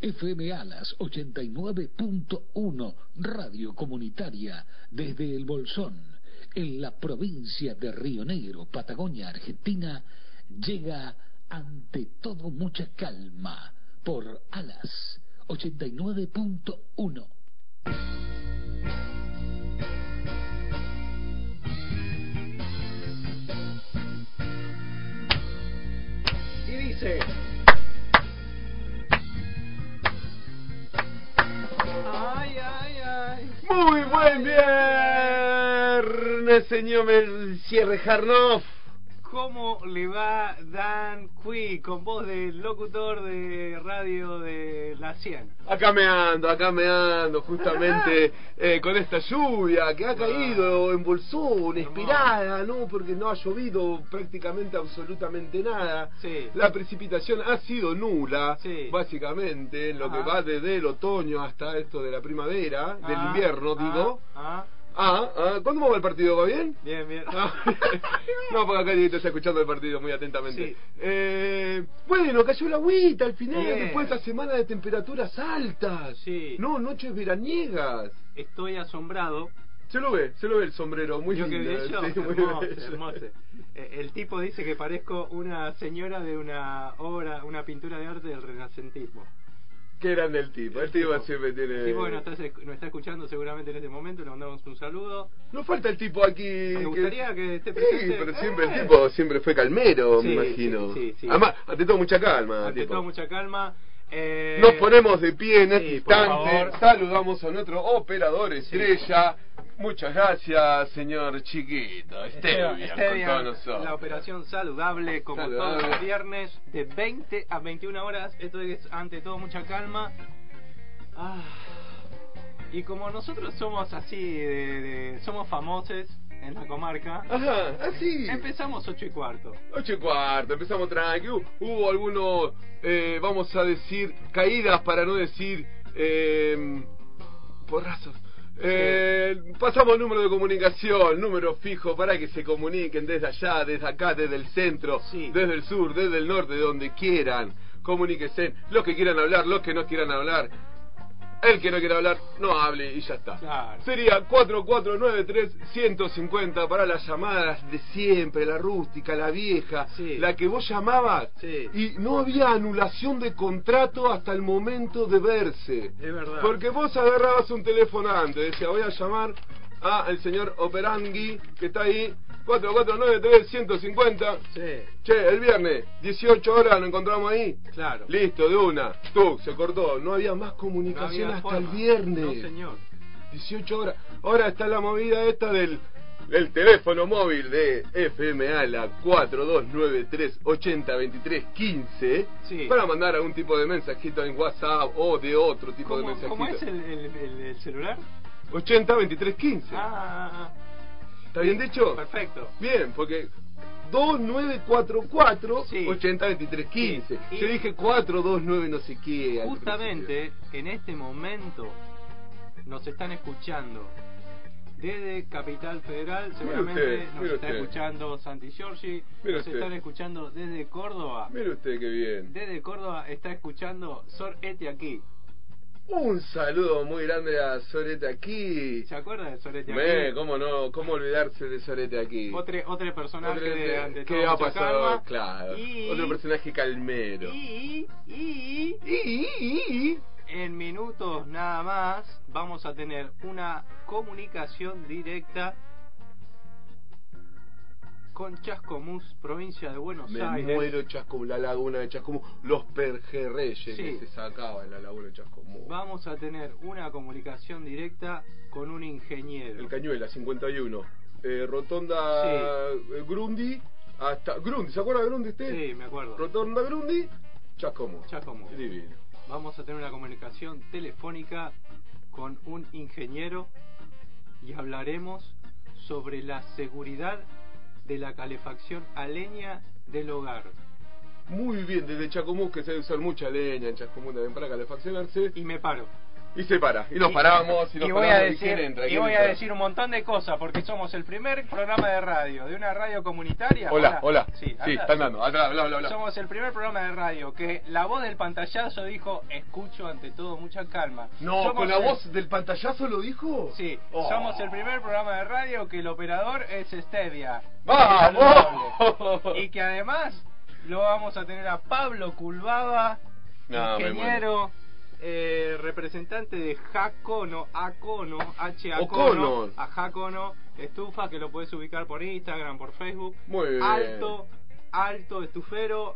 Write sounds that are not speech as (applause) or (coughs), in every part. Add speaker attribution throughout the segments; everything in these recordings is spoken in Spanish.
Speaker 1: FM Alas 89.1 Radio Comunitaria desde El Bolsón, en la provincia de Río Negro, Patagonia, Argentina, llega ante todo mucha calma por Alas 89.1.
Speaker 2: Y dice. Ay, ay, ay.
Speaker 3: Muy buen viernes, señor Cierre Jarnoff.
Speaker 2: ¿Cómo le va Dan Cui con voz de locutor de radio de la 100?
Speaker 3: Acá me ando, acá me ando,
Speaker 2: (laughs)
Speaker 3: justamente eh, con esta lluvia que ha
Speaker 2: Ah.
Speaker 3: caído en Bolsón, espirada, ¿no? Porque no ha llovido prácticamente absolutamente nada.
Speaker 2: Sí.
Speaker 3: La precipitación ha sido nula,
Speaker 2: Sí.
Speaker 3: básicamente, en lo que
Speaker 2: Ajá.
Speaker 3: va desde el otoño hasta esto de la primavera, del
Speaker 2: Ah,
Speaker 3: invierno,
Speaker 2: ah,
Speaker 3: digo.
Speaker 2: Ah,
Speaker 3: Ah, ah, ¿cuándo va el partido? ¿Va bien?
Speaker 2: bien, bien.
Speaker 3: Ah, No, porque acá Dieguito está escuchando el partido muy atentamente.
Speaker 2: Sí.
Speaker 3: Eh, bueno, cayó la agüita al final,
Speaker 2: Bien.
Speaker 3: después de esta semana de temperaturas altas.
Speaker 2: Sí.
Speaker 3: No, noches veraniegas.
Speaker 2: Estoy asombrado.
Speaker 3: Se lo ve, se lo ve el sombrero, muy
Speaker 2: Yo que
Speaker 3: lindo.
Speaker 2: bello,
Speaker 3: sí, muy
Speaker 2: hermoso,
Speaker 3: bello.
Speaker 2: hermoso. Eh, El tipo dice que parezco una señora de una obra, una pintura de arte del renacentismo.
Speaker 3: Qué grande el tipo, el
Speaker 2: El
Speaker 3: tipo
Speaker 2: tipo.
Speaker 3: siempre tiene...
Speaker 2: Sí, bueno, nos está, nos está escuchando seguramente en este momento, le mandamos un saludo.
Speaker 3: No falta el tipo aquí...
Speaker 2: Me
Speaker 3: que-
Speaker 2: gustaría que esté
Speaker 3: Sí,
Speaker 2: presente.
Speaker 3: pero siempre
Speaker 2: Eh.
Speaker 3: el tipo siempre fue calmero, me
Speaker 2: Sí,
Speaker 3: imagino.
Speaker 2: sí, sí, sí.
Speaker 3: Además, ante todo mucha calma.
Speaker 2: Ante
Speaker 3: Ah, tipo.
Speaker 2: todo, mucha calma. Eh,
Speaker 3: Nos ponemos de pie en
Speaker 2: sí,
Speaker 3: este
Speaker 2: por
Speaker 3: instante.
Speaker 2: favor.
Speaker 3: Saludamos a nuestro operador estrella. Muchas gracias, señor chiquito.
Speaker 2: Esteban,
Speaker 3: Esteban,
Speaker 2: Esteban,
Speaker 3: con todos nosotros.
Speaker 2: La operación saludable, como
Speaker 3: Saludable.
Speaker 2: todos los viernes, de 20 a 21 horas. Esto es, ante todo, mucha calma. Ah, Y como nosotros somos así, de- de- somos famosos en la comarca,
Speaker 3: Ajá, así.
Speaker 2: empezamos 8 y cuarto.
Speaker 3: Ocho y cuarto, empezamos tranqui. Hu- Hubo algunos, eh, vamos a decir, caídas para no decir eh, porrazos. Eh, pasamos número de comunicación, número fijo para que se comuniquen desde allá, desde acá, desde el centro,
Speaker 2: Sí.
Speaker 3: desde el sur, desde el norte, de donde quieran. Comuníquense, los que quieran hablar, los que no quieran hablar. El que no quiera hablar, no hable y ya está.
Speaker 2: Claro.
Speaker 3: Sería 4493-150 para las llamadas de siempre, la rústica, la vieja,
Speaker 2: Sí.
Speaker 3: la que vos llamabas.
Speaker 2: Sí.
Speaker 3: Y no había anulación de contrato hasta el momento de verse.
Speaker 2: Es verdad.
Speaker 3: Porque vos agarrabas un teléfono antes, decía, voy a llamar a el señor Operangui, que está ahí, 4493-150.
Speaker 2: Sí,
Speaker 3: Che, el viernes, 18 horas, nos encontramos ahí.
Speaker 2: claro.
Speaker 3: Listo, de una. Tú, se cortó. No había más
Speaker 2: No había
Speaker 3: comunicación hasta
Speaker 2: forma.
Speaker 3: el viernes.
Speaker 2: No, señor.
Speaker 3: 18 horas. Ahora está la movida esta del, del teléfono móvil de FMA, la 4293-802315,
Speaker 2: Sí.
Speaker 3: para mandar algún tipo de mensajito en WhatsApp o de otro tipo de
Speaker 2: ¿Cómo,
Speaker 3: mensajito.
Speaker 2: cómo es el, el- el- el celular?
Speaker 3: 802315.
Speaker 2: Ah, ah, ah.
Speaker 3: ¿Está bien dicho?
Speaker 2: Perfecto.
Speaker 3: Bien, porque 2944
Speaker 2: Sí.
Speaker 3: 802315.
Speaker 2: Sí.
Speaker 3: Yo
Speaker 2: Y-
Speaker 3: dije 429 no sé qué. al
Speaker 2: Justamente en este momento nos están escuchando desde Capital Federal, seguramente
Speaker 3: usted,
Speaker 2: nos
Speaker 3: mire
Speaker 2: está
Speaker 3: usted.
Speaker 2: escuchando Santi Giorgi,
Speaker 3: Mire
Speaker 2: nos
Speaker 3: usted.
Speaker 2: están escuchando desde Córdoba.
Speaker 3: principio. Mire usted qué bien.
Speaker 2: Desde Córdoba está escuchando Sor Eti aquí.
Speaker 3: Un saludo muy grande a Sorete aquí.
Speaker 2: ¿Se acuerda de Sor Eti aquí?
Speaker 3: Ve, cómo no, cómo olvidarse de Sorete aquí.
Speaker 2: Otre- otro personaje
Speaker 3: Otro-
Speaker 2: de Ante
Speaker 3: ¿Qué
Speaker 2: Todo
Speaker 3: ha
Speaker 2: Mucha
Speaker 3: pasado?
Speaker 2: Calma.
Speaker 3: Claro.
Speaker 2: Y-
Speaker 3: Otro personaje calmero.
Speaker 2: Y, y
Speaker 3: Y- y- y-
Speaker 2: en minutos nada más vamos a tener una comunicación directa con Chascomús, provincia de Buenos
Speaker 3: Me
Speaker 2: Aires.
Speaker 3: muero Chascomú, la laguna de Chascomú, los perjerreyes
Speaker 2: Sí.
Speaker 3: que se sacaba en la laguna de Chascomú.
Speaker 2: Vamos a tener una comunicación directa con un ingeniero.
Speaker 3: El Cañuela, 51. Eh, rotonda eh, Grundy hasta... Grundy, ¿se acuerda de Grundy usted?
Speaker 2: Sí, me acuerdo.
Speaker 3: Rotonda Grundy, Chascomú.
Speaker 2: Chascomú.
Speaker 3: Divino.
Speaker 2: Vamos a tener una comunicación telefónica con un ingeniero y hablaremos sobre la seguridad de la calefacción a leña del hogar.
Speaker 3: Muy bien, desde Chascomú, que se debe usar mucha leña en Chascomú también para calefaccionarse.
Speaker 2: Y me paro.
Speaker 3: Y se para. Y nos paramos. Y, nos
Speaker 2: y voy
Speaker 3: paramos.
Speaker 2: a
Speaker 3: quién
Speaker 2: decir,
Speaker 3: entra?
Speaker 2: y
Speaker 3: ¿Quién
Speaker 2: voy a
Speaker 3: entra?
Speaker 2: decir un montón de cosas porque somos el primer programa de radio de una radio comunitaria.
Speaker 3: Hola, hola.
Speaker 2: Sí,
Speaker 3: Sí,
Speaker 2: habla.
Speaker 3: están dando. Atrás, bla, bla, bla.
Speaker 2: Somos el primer programa de radio que la voz del pantallazo dijo escucho ante todo mucha calma.
Speaker 3: No,
Speaker 2: Somos
Speaker 3: con la
Speaker 2: el-
Speaker 3: voz del pantallazo lo dijo.
Speaker 2: Sí,
Speaker 3: Oh.
Speaker 2: somos el primer programa de radio que el operador es Stevia.
Speaker 3: ¡Vamos!
Speaker 2: Y que además lo vamos a tener a Pablo Culbaba,
Speaker 3: No, me
Speaker 2: ingeniero, eh, representante de Jacono, Acono, H Acono,
Speaker 3: Ocono.
Speaker 2: a Jacono, Estufa, que lo puedes ubicar por Instagram, por Facebook.
Speaker 3: Muy bien.
Speaker 2: Alto, alto estufero,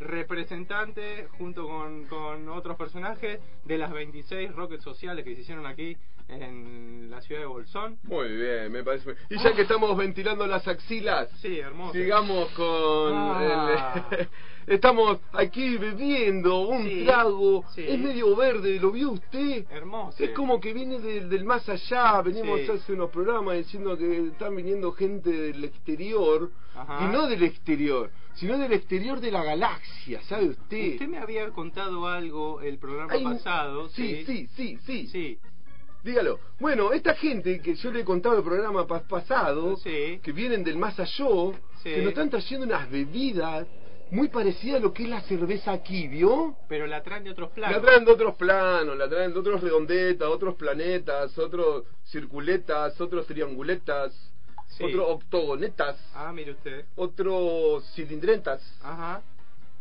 Speaker 2: representante junto con, con otros personajes de las 26 rockets sociales que se hicieron aquí en la ciudad de Bolsón.
Speaker 3: Muy bien, me parece. muy- Y ya que estamos ventilando las axilas,
Speaker 2: Sí, hermoso.
Speaker 3: sigamos con.
Speaker 2: Ah.
Speaker 3: el- (laughs) Estamos aquí bebiendo un
Speaker 2: Sí,
Speaker 3: trago.
Speaker 2: sí.
Speaker 3: Es medio verde, ¿lo vio usted?
Speaker 2: Hermoso.
Speaker 3: Es como que viene del, del más allá. Venimos
Speaker 2: Sí.
Speaker 3: hace unos programas diciendo que están viniendo gente del exterior.
Speaker 2: Ajá.
Speaker 3: Y no del exterior, sino del exterior de la galaxia, ¿sabe usted?
Speaker 2: Usted me había contado algo el programa
Speaker 3: Hay un-
Speaker 2: pasado.
Speaker 3: Sí, sí, sí, sí,
Speaker 2: Sí,
Speaker 3: Dígalo. Bueno, esta gente que yo le he contado el programa pas- pasado,
Speaker 2: Sí.
Speaker 3: que vienen del más allá, que nos están trayendo unas bebidas muy parecidas a lo que es la cerveza aquí, ¿vio?
Speaker 2: pero la traen de otros
Speaker 3: La
Speaker 2: planos.
Speaker 3: traen de otros planos, la traen de otros redondetas, otros planetas, otros circuletas, otros trianguletas,
Speaker 2: Sí.
Speaker 3: otros octogonetas,
Speaker 2: Ah, mire usted.
Speaker 3: otros cilindretas.
Speaker 2: Ajá.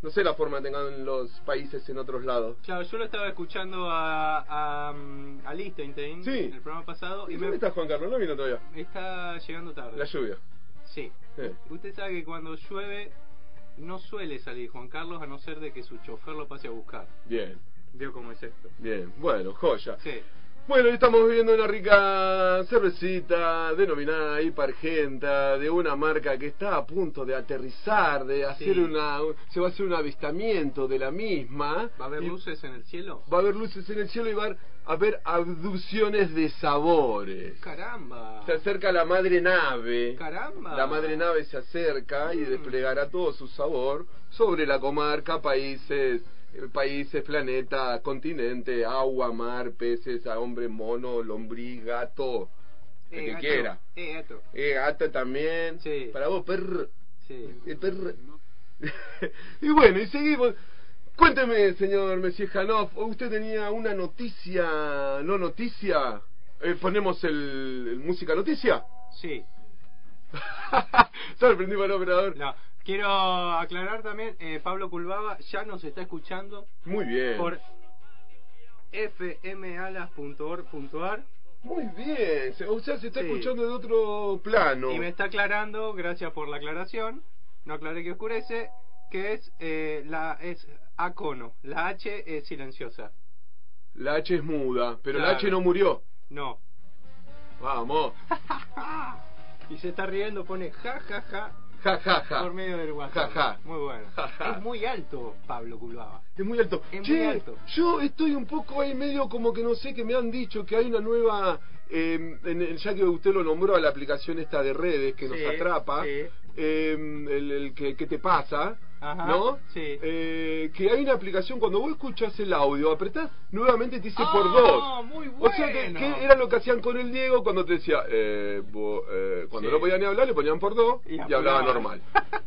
Speaker 3: No sé la forma que tengan los países en otros lados.
Speaker 2: Claro, yo lo estaba escuchando a, a, mm, a Liechtenstein
Speaker 3: Sí.
Speaker 2: el programa pasado
Speaker 3: ¿Y
Speaker 2: y
Speaker 3: dónde
Speaker 2: me
Speaker 3: está Juan Carlos? No vino todavía.
Speaker 2: está llegando tarde.
Speaker 3: La lluvia.
Speaker 2: Sí.
Speaker 3: Sí.
Speaker 2: Usted sabe que cuando llueve no suele salir Juan Carlos a no ser de que su chofer lo pase a buscar.
Speaker 3: Bien,
Speaker 2: Veo cómo es esto.
Speaker 3: bien. Bueno, joya.
Speaker 2: Sí.
Speaker 3: Bueno, y estamos bebiendo una rica cervecita denominada Hipargenta, de una marca que está a punto de aterrizar, de hacer
Speaker 2: Sí.
Speaker 3: una, se va a hacer un avistamiento de la misma.
Speaker 2: ¿Va a haber
Speaker 3: Y
Speaker 2: luces en el cielo?
Speaker 3: Va a haber luces en el cielo y va a haber abducciones de sabores.
Speaker 2: Caramba.
Speaker 3: Se acerca la madre nave.
Speaker 2: Caramba.
Speaker 3: La madre nave se acerca y
Speaker 2: Mm.
Speaker 3: desplegará todo su sabor sobre la comarca, países, eh, países, planeta, continente, agua, mar, peces, a hombre, mono, lombriz, gato,
Speaker 2: Eh,
Speaker 3: el que
Speaker 2: gato.
Speaker 3: quiera.
Speaker 2: Eh, gato.
Speaker 3: Eh, gata también.
Speaker 2: Sí.
Speaker 3: Para vos, perro.
Speaker 2: Sí.
Speaker 3: El perro. (laughs) y bueno, y seguimos. Cuénteme, señor Messier Janov, usted tenía una noticia, no noticia. Eh, ponemos el- el música noticia. (laughs)
Speaker 2: Sí.
Speaker 3: Sorprendimos al operador.
Speaker 2: No. Quiero aclarar también, eh, Pablo Culbaba ya nos está escuchando
Speaker 3: Muy bien.
Speaker 2: por fmalas.org.ar
Speaker 3: Muy bien. Se- O sea, se está
Speaker 2: Sí.
Speaker 3: escuchando de otro plano.
Speaker 2: Y me está aclarando, gracias por la aclaración, no aclaré que oscurece, que es eh, la es acono, la H es silenciosa.
Speaker 3: La H es muda, pero la
Speaker 2: Claro.
Speaker 3: H no murió.
Speaker 2: No.
Speaker 3: Vamos.
Speaker 2: Y se está riendo, pone ja ja ja
Speaker 3: Ja, ja, ja.
Speaker 2: por medio del WhatsApp.
Speaker 3: Ja, ja.
Speaker 2: Muy bueno.
Speaker 3: Ja, ja.
Speaker 2: Es muy alto Pablo Culbaba.
Speaker 3: Es muy alto.
Speaker 2: Es muy
Speaker 3: Che,
Speaker 2: alto.
Speaker 3: yo estoy un poco ahí medio como que no sé, que me han dicho que hay una nueva... eh, en, en- ya que usted lo nombró a la aplicación esta de redes que
Speaker 2: Sí,
Speaker 3: nos atrapa,
Speaker 2: sí.
Speaker 3: eh, el, el que, que te pasa,
Speaker 2: Ajá,
Speaker 3: ¿no?
Speaker 2: sí.
Speaker 3: Eh, que hay una aplicación, cuando vos escuchás el audio, apretás, nuevamente te dice
Speaker 2: Ah,
Speaker 3: por dos.
Speaker 2: muy
Speaker 3: O sea, que,
Speaker 2: bueno.
Speaker 3: que era lo que hacían con el Diego cuando te decía, eh, vos, eh, cuando
Speaker 2: Sí.
Speaker 3: no podía ni hablar, le ponían por dos
Speaker 2: Y
Speaker 3: y, hablaba
Speaker 2: apuraba.
Speaker 3: normal.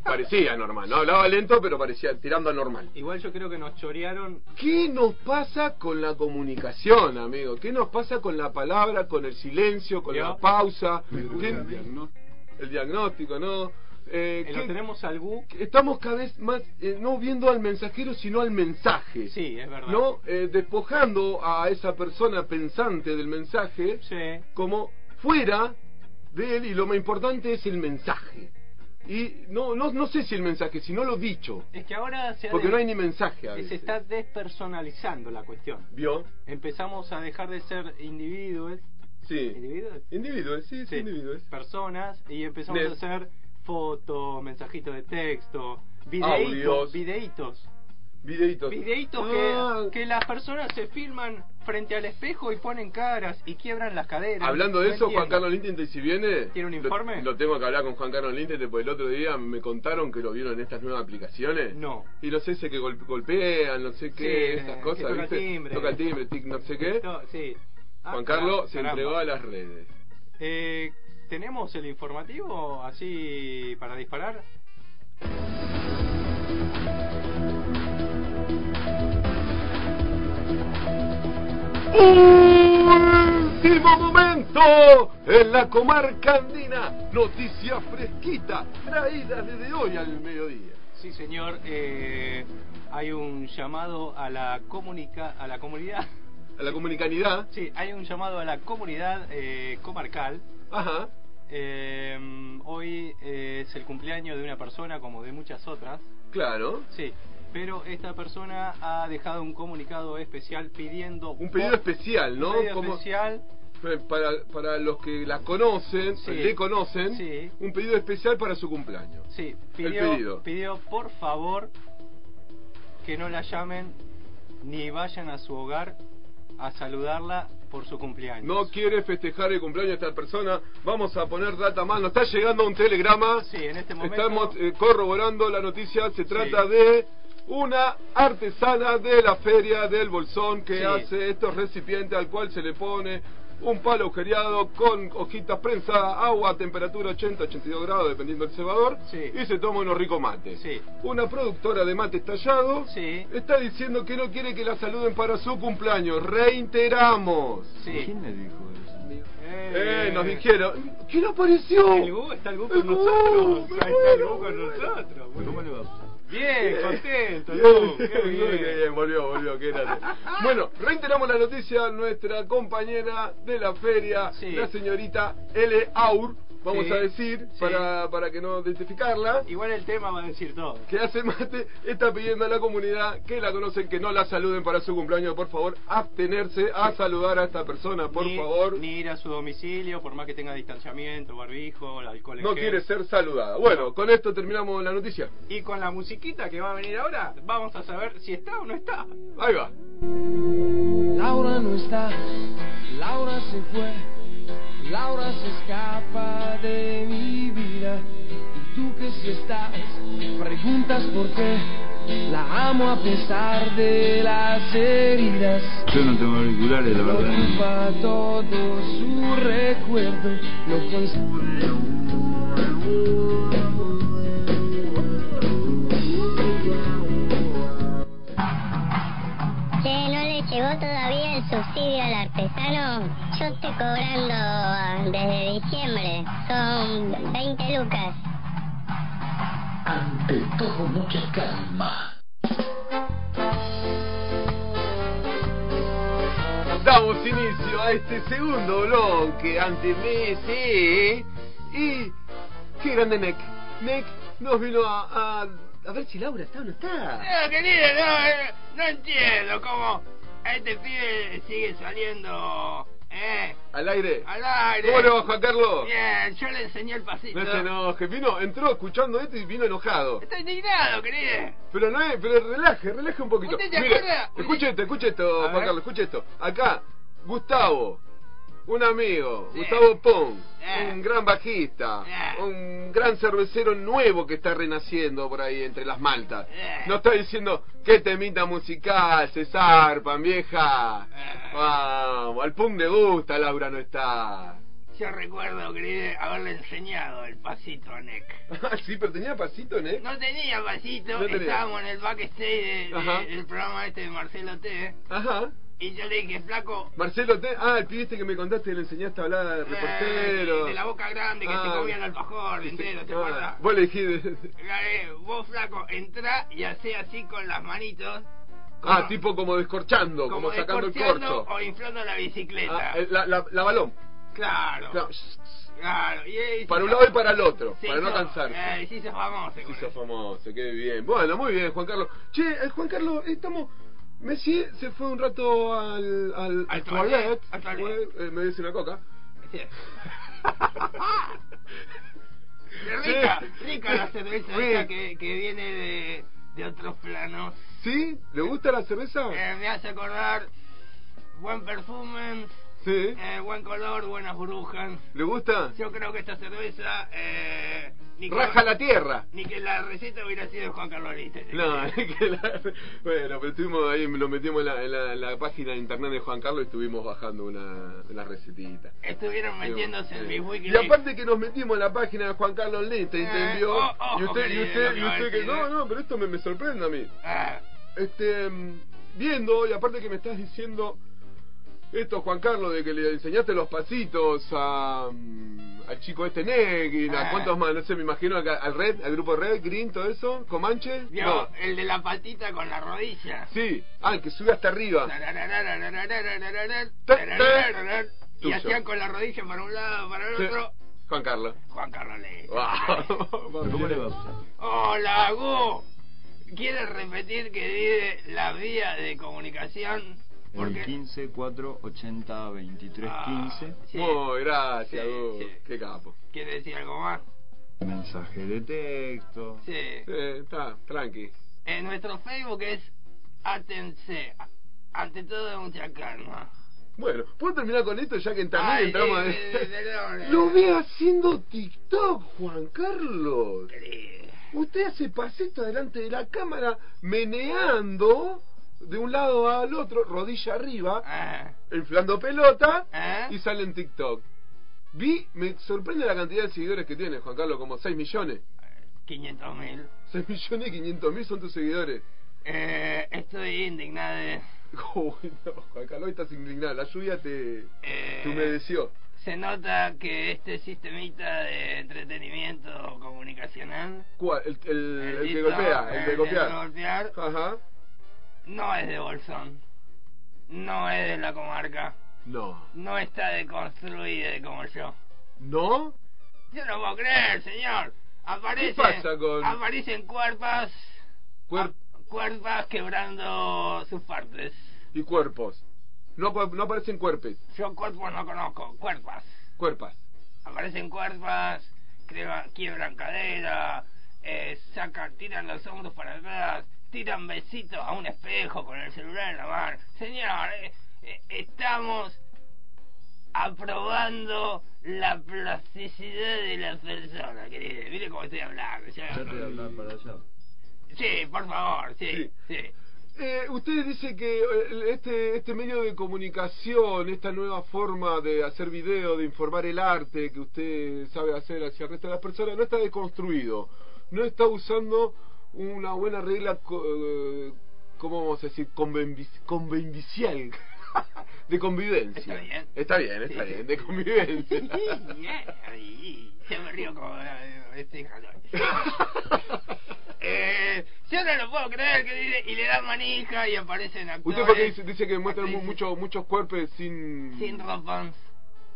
Speaker 3: parecía normal, no hablaba lento, pero parecía tirando a normal.
Speaker 2: Igual yo creo que nos chorearon
Speaker 3: ¿Qué nos pasa con la comunicación, amigo? ¿Qué nos pasa con la palabra, con el silencio, con
Speaker 2: Yo.
Speaker 3: la pausa? ¿Qué-
Speaker 4: El diagnóstico.
Speaker 3: el diagnóstico, ¿no?
Speaker 2: Eh,
Speaker 3: Eh, ¿qué-
Speaker 2: lo tenemos al Gu.
Speaker 3: Estamos cada vez más, eh, no viendo al mensajero, sino al mensaje.
Speaker 2: Sí, es verdad.
Speaker 3: ¿No? Eh, despojando a esa persona pensante del mensaje
Speaker 2: Sí.
Speaker 3: como fuera de él y lo más importante es el mensaje. Y no, no, no sé si el mensaje, sino lo dicho.
Speaker 2: Es que ahora se, ha
Speaker 3: Porque
Speaker 2: de-
Speaker 3: no hay ni mensaje a
Speaker 2: se
Speaker 3: veces.
Speaker 2: está despersonalizando la cuestión.
Speaker 3: ¿Vio?
Speaker 2: Empezamos a dejar de ser individuos.
Speaker 3: Sí.
Speaker 2: ¿Individuos?
Speaker 3: Individuos, sí, sí, individuos.
Speaker 2: Personas. Y empezamos
Speaker 3: Net.
Speaker 2: a hacer fotos, mensajitos de texto, videitos.
Speaker 3: Audios.
Speaker 2: Videitos.
Speaker 3: Videitos.
Speaker 2: Videitos
Speaker 3: Ah,
Speaker 2: que, que las personas se filman frente al espejo y ponen caras y quiebran las caderas.
Speaker 3: Hablando de
Speaker 2: No
Speaker 3: eso, Juan
Speaker 2: entiendo.
Speaker 3: Carlos Lintin, si viene...
Speaker 2: ¿Tiene un
Speaker 3: lo-
Speaker 2: informe?
Speaker 3: Lo, tengo que hablar con Juan Carlos Lintin, porque el otro día me contaron que lo vieron en estas nuevas aplicaciones.
Speaker 2: No.
Speaker 3: Y los ese que gol- golpean, no sé qué,
Speaker 2: Sí,
Speaker 3: esas
Speaker 2: que
Speaker 3: cosas,
Speaker 2: toca el
Speaker 3: ¿viste?
Speaker 2: timbre.
Speaker 3: Toca el timbre, tic, no sé qué.
Speaker 2: (laughs) No, sí. Ah,
Speaker 3: Juan Carlos se
Speaker 2: caramba.
Speaker 3: entregó a las redes.
Speaker 2: Eh, ¿Tenemos el informativo así para disparar?
Speaker 3: Último momento en la comarca andina. Noticias fresquitas traídas desde hoy al mediodía.
Speaker 2: Sí, señor. eh, hay un llamado a la comunica a la comunidad.
Speaker 3: A la comunicanidad.
Speaker 2: Sí, hay un llamado a la comunidad eh, comarcal.
Speaker 3: Ajá.
Speaker 2: Eh, hoy eh, es el cumpleaños de una persona como de muchas otras.
Speaker 3: Claro.
Speaker 2: Sí, pero esta persona ha dejado un comunicado especial pidiendo
Speaker 3: Un pedido
Speaker 2: vo-
Speaker 3: especial, ¿no?
Speaker 2: Un pedido
Speaker 3: Como-
Speaker 2: especial.
Speaker 3: Eh, Para, para los que la conocen,
Speaker 2: Sí.
Speaker 3: le conocen,
Speaker 2: Sí.
Speaker 3: un pedido especial para su cumpleaños.
Speaker 2: Sí,
Speaker 3: El
Speaker 2: pidió,
Speaker 3: pedido.
Speaker 2: pidió por favor que no la llamen ni vayan a su hogar a saludarla por su cumpleaños.
Speaker 3: No quiere festejar el cumpleaños de esta persona. Vamos a poner data más. Nos está llegando un telegrama.
Speaker 2: Sí, en este momento.
Speaker 3: Estamos eh, corroborando la noticia. Se trata
Speaker 2: Sí.
Speaker 3: de una artesana de la feria del Bolsón que
Speaker 2: Sí.
Speaker 3: hace estos recipientes al cual se le pone un palo agujereado con hojitas prensadas, agua a temperatura 80-82 grados dependiendo del cebador
Speaker 2: Sí.
Speaker 3: y se toma unos ricos mates.
Speaker 2: Sí.
Speaker 3: Una productora de mates tallados
Speaker 2: Sí.
Speaker 3: está diciendo que no quiere que la saluden para su cumpleaños. Reiteramos.
Speaker 2: Sí.
Speaker 4: ¿Quién le dijo eso?
Speaker 3: Eh, nos dijeron, ¿quién apareció?
Speaker 2: El Gu, está el Gu con
Speaker 3: El Gu,
Speaker 2: nosotros.
Speaker 3: me
Speaker 2: Ahí está el
Speaker 3: muero,
Speaker 2: Gu con
Speaker 3: me muero.
Speaker 2: nosotros.
Speaker 4: Pero ¿Cómo le va?
Speaker 2: Bien, contento. el Gu,
Speaker 3: Bien,
Speaker 2: qué
Speaker 3: qué
Speaker 2: bien.
Speaker 3: bien, volvió, volvió, qué
Speaker 2: (laughs)
Speaker 3: grande. Bueno, reiteramos la noticia, nuestra compañera de la feria,
Speaker 2: Sí.
Speaker 3: la señorita L. Aur, vamos
Speaker 2: Sí,
Speaker 3: a decir,
Speaker 2: sí.
Speaker 3: para, para que no identificarla,
Speaker 2: Igual el tema va a decir todo.
Speaker 3: que hace mate, está pidiendo a la comunidad que la conocen, que no la saluden para su cumpleaños, por favor, abstenerse a saludar a esta persona, por
Speaker 2: Ni-
Speaker 3: favor.
Speaker 2: Ni ir a su domicilio, por más que tenga distanciamiento, barbijo, alcohol. en
Speaker 3: No
Speaker 2: gel.
Speaker 3: quiere ser saludada. Bueno,
Speaker 2: No.
Speaker 3: con esto terminamos la noticia.
Speaker 2: Y con la musiquita que va a venir ahora, vamos a saber si está o no está.
Speaker 3: Ahí va.
Speaker 5: Laura no está, Laura se fue, Laura se escapa de mi vida. Y tú que si estás, preguntas por qué. La amo a pesar de las heridas.
Speaker 4: Yo no tengo auriculares, la verdad.
Speaker 5: Ocupa todo su recuerdo, no cons-
Speaker 6: Che, ¿no le llegó todavía el subsidio al artesano? Yo estoy cobrando ah, desde diciembre. Son 20 lucas.
Speaker 1: Ante todo, mucha calma.
Speaker 3: Damos inicio a este segundo bloque ante Messi y qué grande Nick. Nick nos vino a, a a ver si Laura está o no está.
Speaker 7: No, querido, no, eh, no entiendo cómo a este pibe sigue saliendo eh,
Speaker 3: Al aire.
Speaker 7: al aire.
Speaker 3: ¿Cómo le va Juan Carlos?
Speaker 7: Bien, yo le enseñé el pasito.
Speaker 3: No se enoje, vino, entró escuchando esto y vino enojado.
Speaker 7: Está indignado, querido.
Speaker 3: Pero no es, pero relaje, relaje un poquito.
Speaker 7: ¿Usted se
Speaker 3: Mire,
Speaker 7: acuerda?
Speaker 3: escuche esto, escuche esto,
Speaker 2: A
Speaker 3: Juan
Speaker 2: ver.
Speaker 3: Carlos, escuche esto. Acá, Gustavo, un amigo,
Speaker 7: Sí.
Speaker 3: Gustavo Pong,
Speaker 7: Eh.
Speaker 3: un gran bajista,
Speaker 7: Eh.
Speaker 3: un gran cervecero nuevo que está renaciendo por ahí entre las maltas.
Speaker 7: Eh.
Speaker 3: No está diciendo que temita musical, se zarpan, vieja.
Speaker 2: Ah,
Speaker 7: Eh.
Speaker 3: Vamos, al Pong le gusta, Laura no está. (laughs)
Speaker 7: Yo recuerdo, querido, haberle enseñado el pasito a Nick.
Speaker 3: Ah, sí, pero tenía pasito, ¿eh?
Speaker 7: No tenía pasito,
Speaker 3: No tenía.
Speaker 7: estábamos en el backstage de- de-
Speaker 3: Ajá.
Speaker 7: del programa este de Marcelo T.
Speaker 3: Ajá.
Speaker 7: Y yo le dije, flaco,
Speaker 3: Marcelo, te... ah, el pibe este que me contaste le enseñaste a hablar al reportero.
Speaker 7: eh, de la boca grande que
Speaker 3: Ah.
Speaker 7: se comía el alfajor entero, ¿te
Speaker 3: Ah,
Speaker 7: acuerdas?
Speaker 3: Vos le dijiste.
Speaker 7: Gabe, vos flaco, entrá y hacé así con las manitos.
Speaker 3: Ah,
Speaker 7: como-
Speaker 3: tipo como descorchando, como, sacando el
Speaker 7: descorcheando
Speaker 3: corcho.
Speaker 7: O inflando la bicicleta.
Speaker 3: Ah, eh, la, la- la balón.
Speaker 7: Claro.
Speaker 3: Claro.
Speaker 7: Claro. Y, ahí
Speaker 3: Para
Speaker 7: se
Speaker 3: un
Speaker 7: hizo-
Speaker 3: lado y para el otro,
Speaker 7: se
Speaker 3: para no
Speaker 7: hizo-
Speaker 3: cansarse.
Speaker 7: Eh, se hizo famoso.
Speaker 3: Se
Speaker 7: con
Speaker 3: hizo
Speaker 7: eso.
Speaker 3: famoso, qué bien. Bueno, muy bien, Juan Carlos. Che, eh, Juan Carlos, estamos. Messi se fue un rato al. al.
Speaker 7: Al
Speaker 3: toilet.
Speaker 7: toilet, al toilet.
Speaker 3: Fue, eh, me dice una coca.
Speaker 7: Sí. Qué rica,
Speaker 3: Sí.
Speaker 7: rica la cerveza
Speaker 3: Sí.
Speaker 7: esa que, que viene de, de otros planos.
Speaker 3: ¿Sí? ¿Le gusta la cerveza?
Speaker 7: Eh, me hace acordar buen perfume,
Speaker 3: Sí.
Speaker 7: eh, buen color, buenas burbujas.
Speaker 3: ¿Le gusta?
Speaker 7: Yo creo que esta cerveza... Eh, ni que-
Speaker 3: Raja la tierra.
Speaker 7: Ni que la receta hubiera sido de Juan Carlos ¿eh? Ariste.
Speaker 3: No, (laughs) es que la- bueno, pero estuvimos ahí, lo metimos en la, en la- en la página de internet de Juan Carlos y estuvimos bajando una, una recetita.
Speaker 7: Estuvieron metiéndose
Speaker 3: Sí.
Speaker 7: en mis wiki.
Speaker 3: eh, Y aparte que nos metimos en la página de Juan Carlos Lista, ¿entendió?
Speaker 7: Eh, oh, oh,
Speaker 3: y usted, y
Speaker 7: querido,
Speaker 3: usted, y
Speaker 7: lo que
Speaker 3: usted que
Speaker 7: decís,
Speaker 3: no,
Speaker 7: eh.
Speaker 3: no, pero esto me, me sorprende a mí.
Speaker 7: Ah,
Speaker 3: Este, mm, viendo, y aparte que me estás diciendo esto, Juan Carlos, de que le enseñaste los pasitos a, mm, al chico este Negri, a
Speaker 7: Ah.
Speaker 3: cuántos más, no sé, me imagino al, al Red, al grupo Red, Green, todo eso, Comanche.
Speaker 7: vio
Speaker 3: No.
Speaker 7: el de la patita con la rodilla.
Speaker 3: Sí, ah, el que sube hasta arriba.
Speaker 7: Y
Speaker 3: Tuyo.
Speaker 7: hacían con la rodilla para un lado, para el
Speaker 3: Sí.
Speaker 7: otro.
Speaker 3: Juan
Speaker 7: (laughs)
Speaker 3: Carlos.
Speaker 7: Juan Carlos Lee.
Speaker 3: Wow.
Speaker 4: ¿Cómo le va?
Speaker 7: Hola, Gu. ¿Quieres repetir que dice la vía de comunicación?
Speaker 4: El 15 4 80 23 15.
Speaker 7: Ah, sí.
Speaker 3: Muy gracias,
Speaker 7: Sí,
Speaker 3: Hugo.
Speaker 7: sí.
Speaker 3: Qué capo.
Speaker 7: ¿Quieres decir algo más?
Speaker 4: Mensaje de texto.
Speaker 7: Sí.
Speaker 3: Eh, está, tranqui.
Speaker 7: En nuestro Facebook es Atense. Ante todo, mucha calma.
Speaker 3: Bueno, ¿puedo terminar con esto ya que también
Speaker 7: Ay, eh,
Speaker 3: entramos
Speaker 7: sí,
Speaker 3: en-
Speaker 7: sí, sí,
Speaker 3: (laughs)
Speaker 7: perdón.
Speaker 3: Lo ve haciendo TikTok, Juan Carlos.
Speaker 7: Querido.
Speaker 3: Usted hace pasito delante de la cámara, meneando de un lado al otro, rodilla arriba,
Speaker 7: Ah,
Speaker 3: inflando pelota,
Speaker 7: ¿eh?
Speaker 3: y sale en TikTok. Vi, me sorprende la cantidad de seguidores que tiene, Juan Carlos, como 6 millones. (laughs)
Speaker 7: 500 mil.
Speaker 3: 6 millones y 500 mil son tus seguidores. (laughs)
Speaker 7: Eh, estoy indignado.
Speaker 3: Uy, no, Juan Carlos, hoy estás indignado. La lluvia te,
Speaker 7: Eh,
Speaker 3: te humedeció.
Speaker 7: se nota que este sistemita de entretenimiento comunicacional,
Speaker 3: ¿Cuál? El, el, el que
Speaker 7: dito,
Speaker 3: golpea, el
Speaker 7: el
Speaker 3: que
Speaker 7: de
Speaker 3: golpea.
Speaker 7: golpear,
Speaker 3: Ajá.
Speaker 7: no es de Bolsón, no es de la comarca,
Speaker 3: No.
Speaker 7: no está deconstruida como yo.
Speaker 3: ¿No?
Speaker 7: Yo no puedo creer, señor. Aparecen,
Speaker 3: pasa con-
Speaker 7: aparecen cuerpas,
Speaker 3: Cuer-
Speaker 7: ah, cuerpas quebrando sus partes.
Speaker 3: y cuerpos. No, apa- no aparecen cuerpes.
Speaker 7: Yo cuerpos no conozco, cuerpas.
Speaker 3: Cuerpas.
Speaker 7: aparecen cuerpas, creba- quiebran cadera, eh, sacan, tiran los hombros para atrás, tiran besitos a un espejo con el celular en la mano. Señor, eh, eh, estamos aprobando la plasticidad de las personas, querido. Mire cómo estoy hablando. ya.
Speaker 4: Ya te voy a hablar para allá.
Speaker 7: Sí, por favor, sí, sí.
Speaker 3: Eh, usted dice que eh, este, este medio de comunicación, esta nueva forma de hacer video, de informar el arte que usted sabe hacer hacia el resto de las personas, no está deconstruido, no está usando una buena regla, co- eh, ¿cómo vamos a decir? Convenvi- Convenvicial. (laughs) De convivencia.
Speaker 7: Está bien.
Speaker 3: Está bien, está
Speaker 7: Sí.
Speaker 3: bien, de
Speaker 7: (laughs)
Speaker 3: convivencia.
Speaker 7: Ay, Se me río como eh, este jalón. Eh, yo no lo puedo creer que dice, y le dan manija y aparecen actores.
Speaker 3: Usted porque dice, dice que muestran mu-
Speaker 7: actrices
Speaker 3: mucho- muchos cuerpos sin...
Speaker 7: Sin ropa.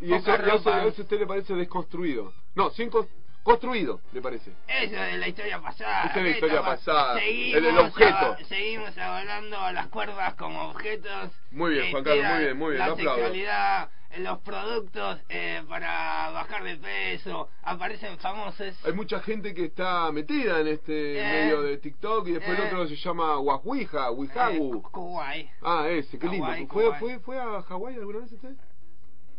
Speaker 3: Y eso,
Speaker 7: poca
Speaker 3: y eso-
Speaker 7: ropa.
Speaker 3: y eso a usted le parece desconstruido. No, sin cons- construido, le parece.
Speaker 7: Eso es de la historia pasada.
Speaker 3: Esa es la
Speaker 7: ¿qué
Speaker 3: historia
Speaker 7: estamos?
Speaker 3: pasada,
Speaker 7: Seguimos,
Speaker 3: el del objeto.
Speaker 7: a- seguimos avalando a las cuerdas como objetos.
Speaker 3: Muy bien,
Speaker 7: Eh,
Speaker 3: Juan Carlos,
Speaker 7: tiran
Speaker 3: muy bien, muy bien,
Speaker 7: La
Speaker 3: lo aplaudo.
Speaker 7: sexualidad, eh, los productos eh, para bajar de peso. Aparecen famosos.
Speaker 3: Hay mucha gente que está metida en este
Speaker 7: Eh.
Speaker 3: medio de TikTok y después el
Speaker 7: Eh.
Speaker 3: otro se llama Wahuija,
Speaker 7: eh,
Speaker 3: Wihagu.
Speaker 7: Kuwait.
Speaker 3: ah, ese, qué lindo.
Speaker 7: Hawái,
Speaker 3: ¿Fue,
Speaker 7: Hawái.
Speaker 3: fue, ¿Fue a Hawái alguna vez usted?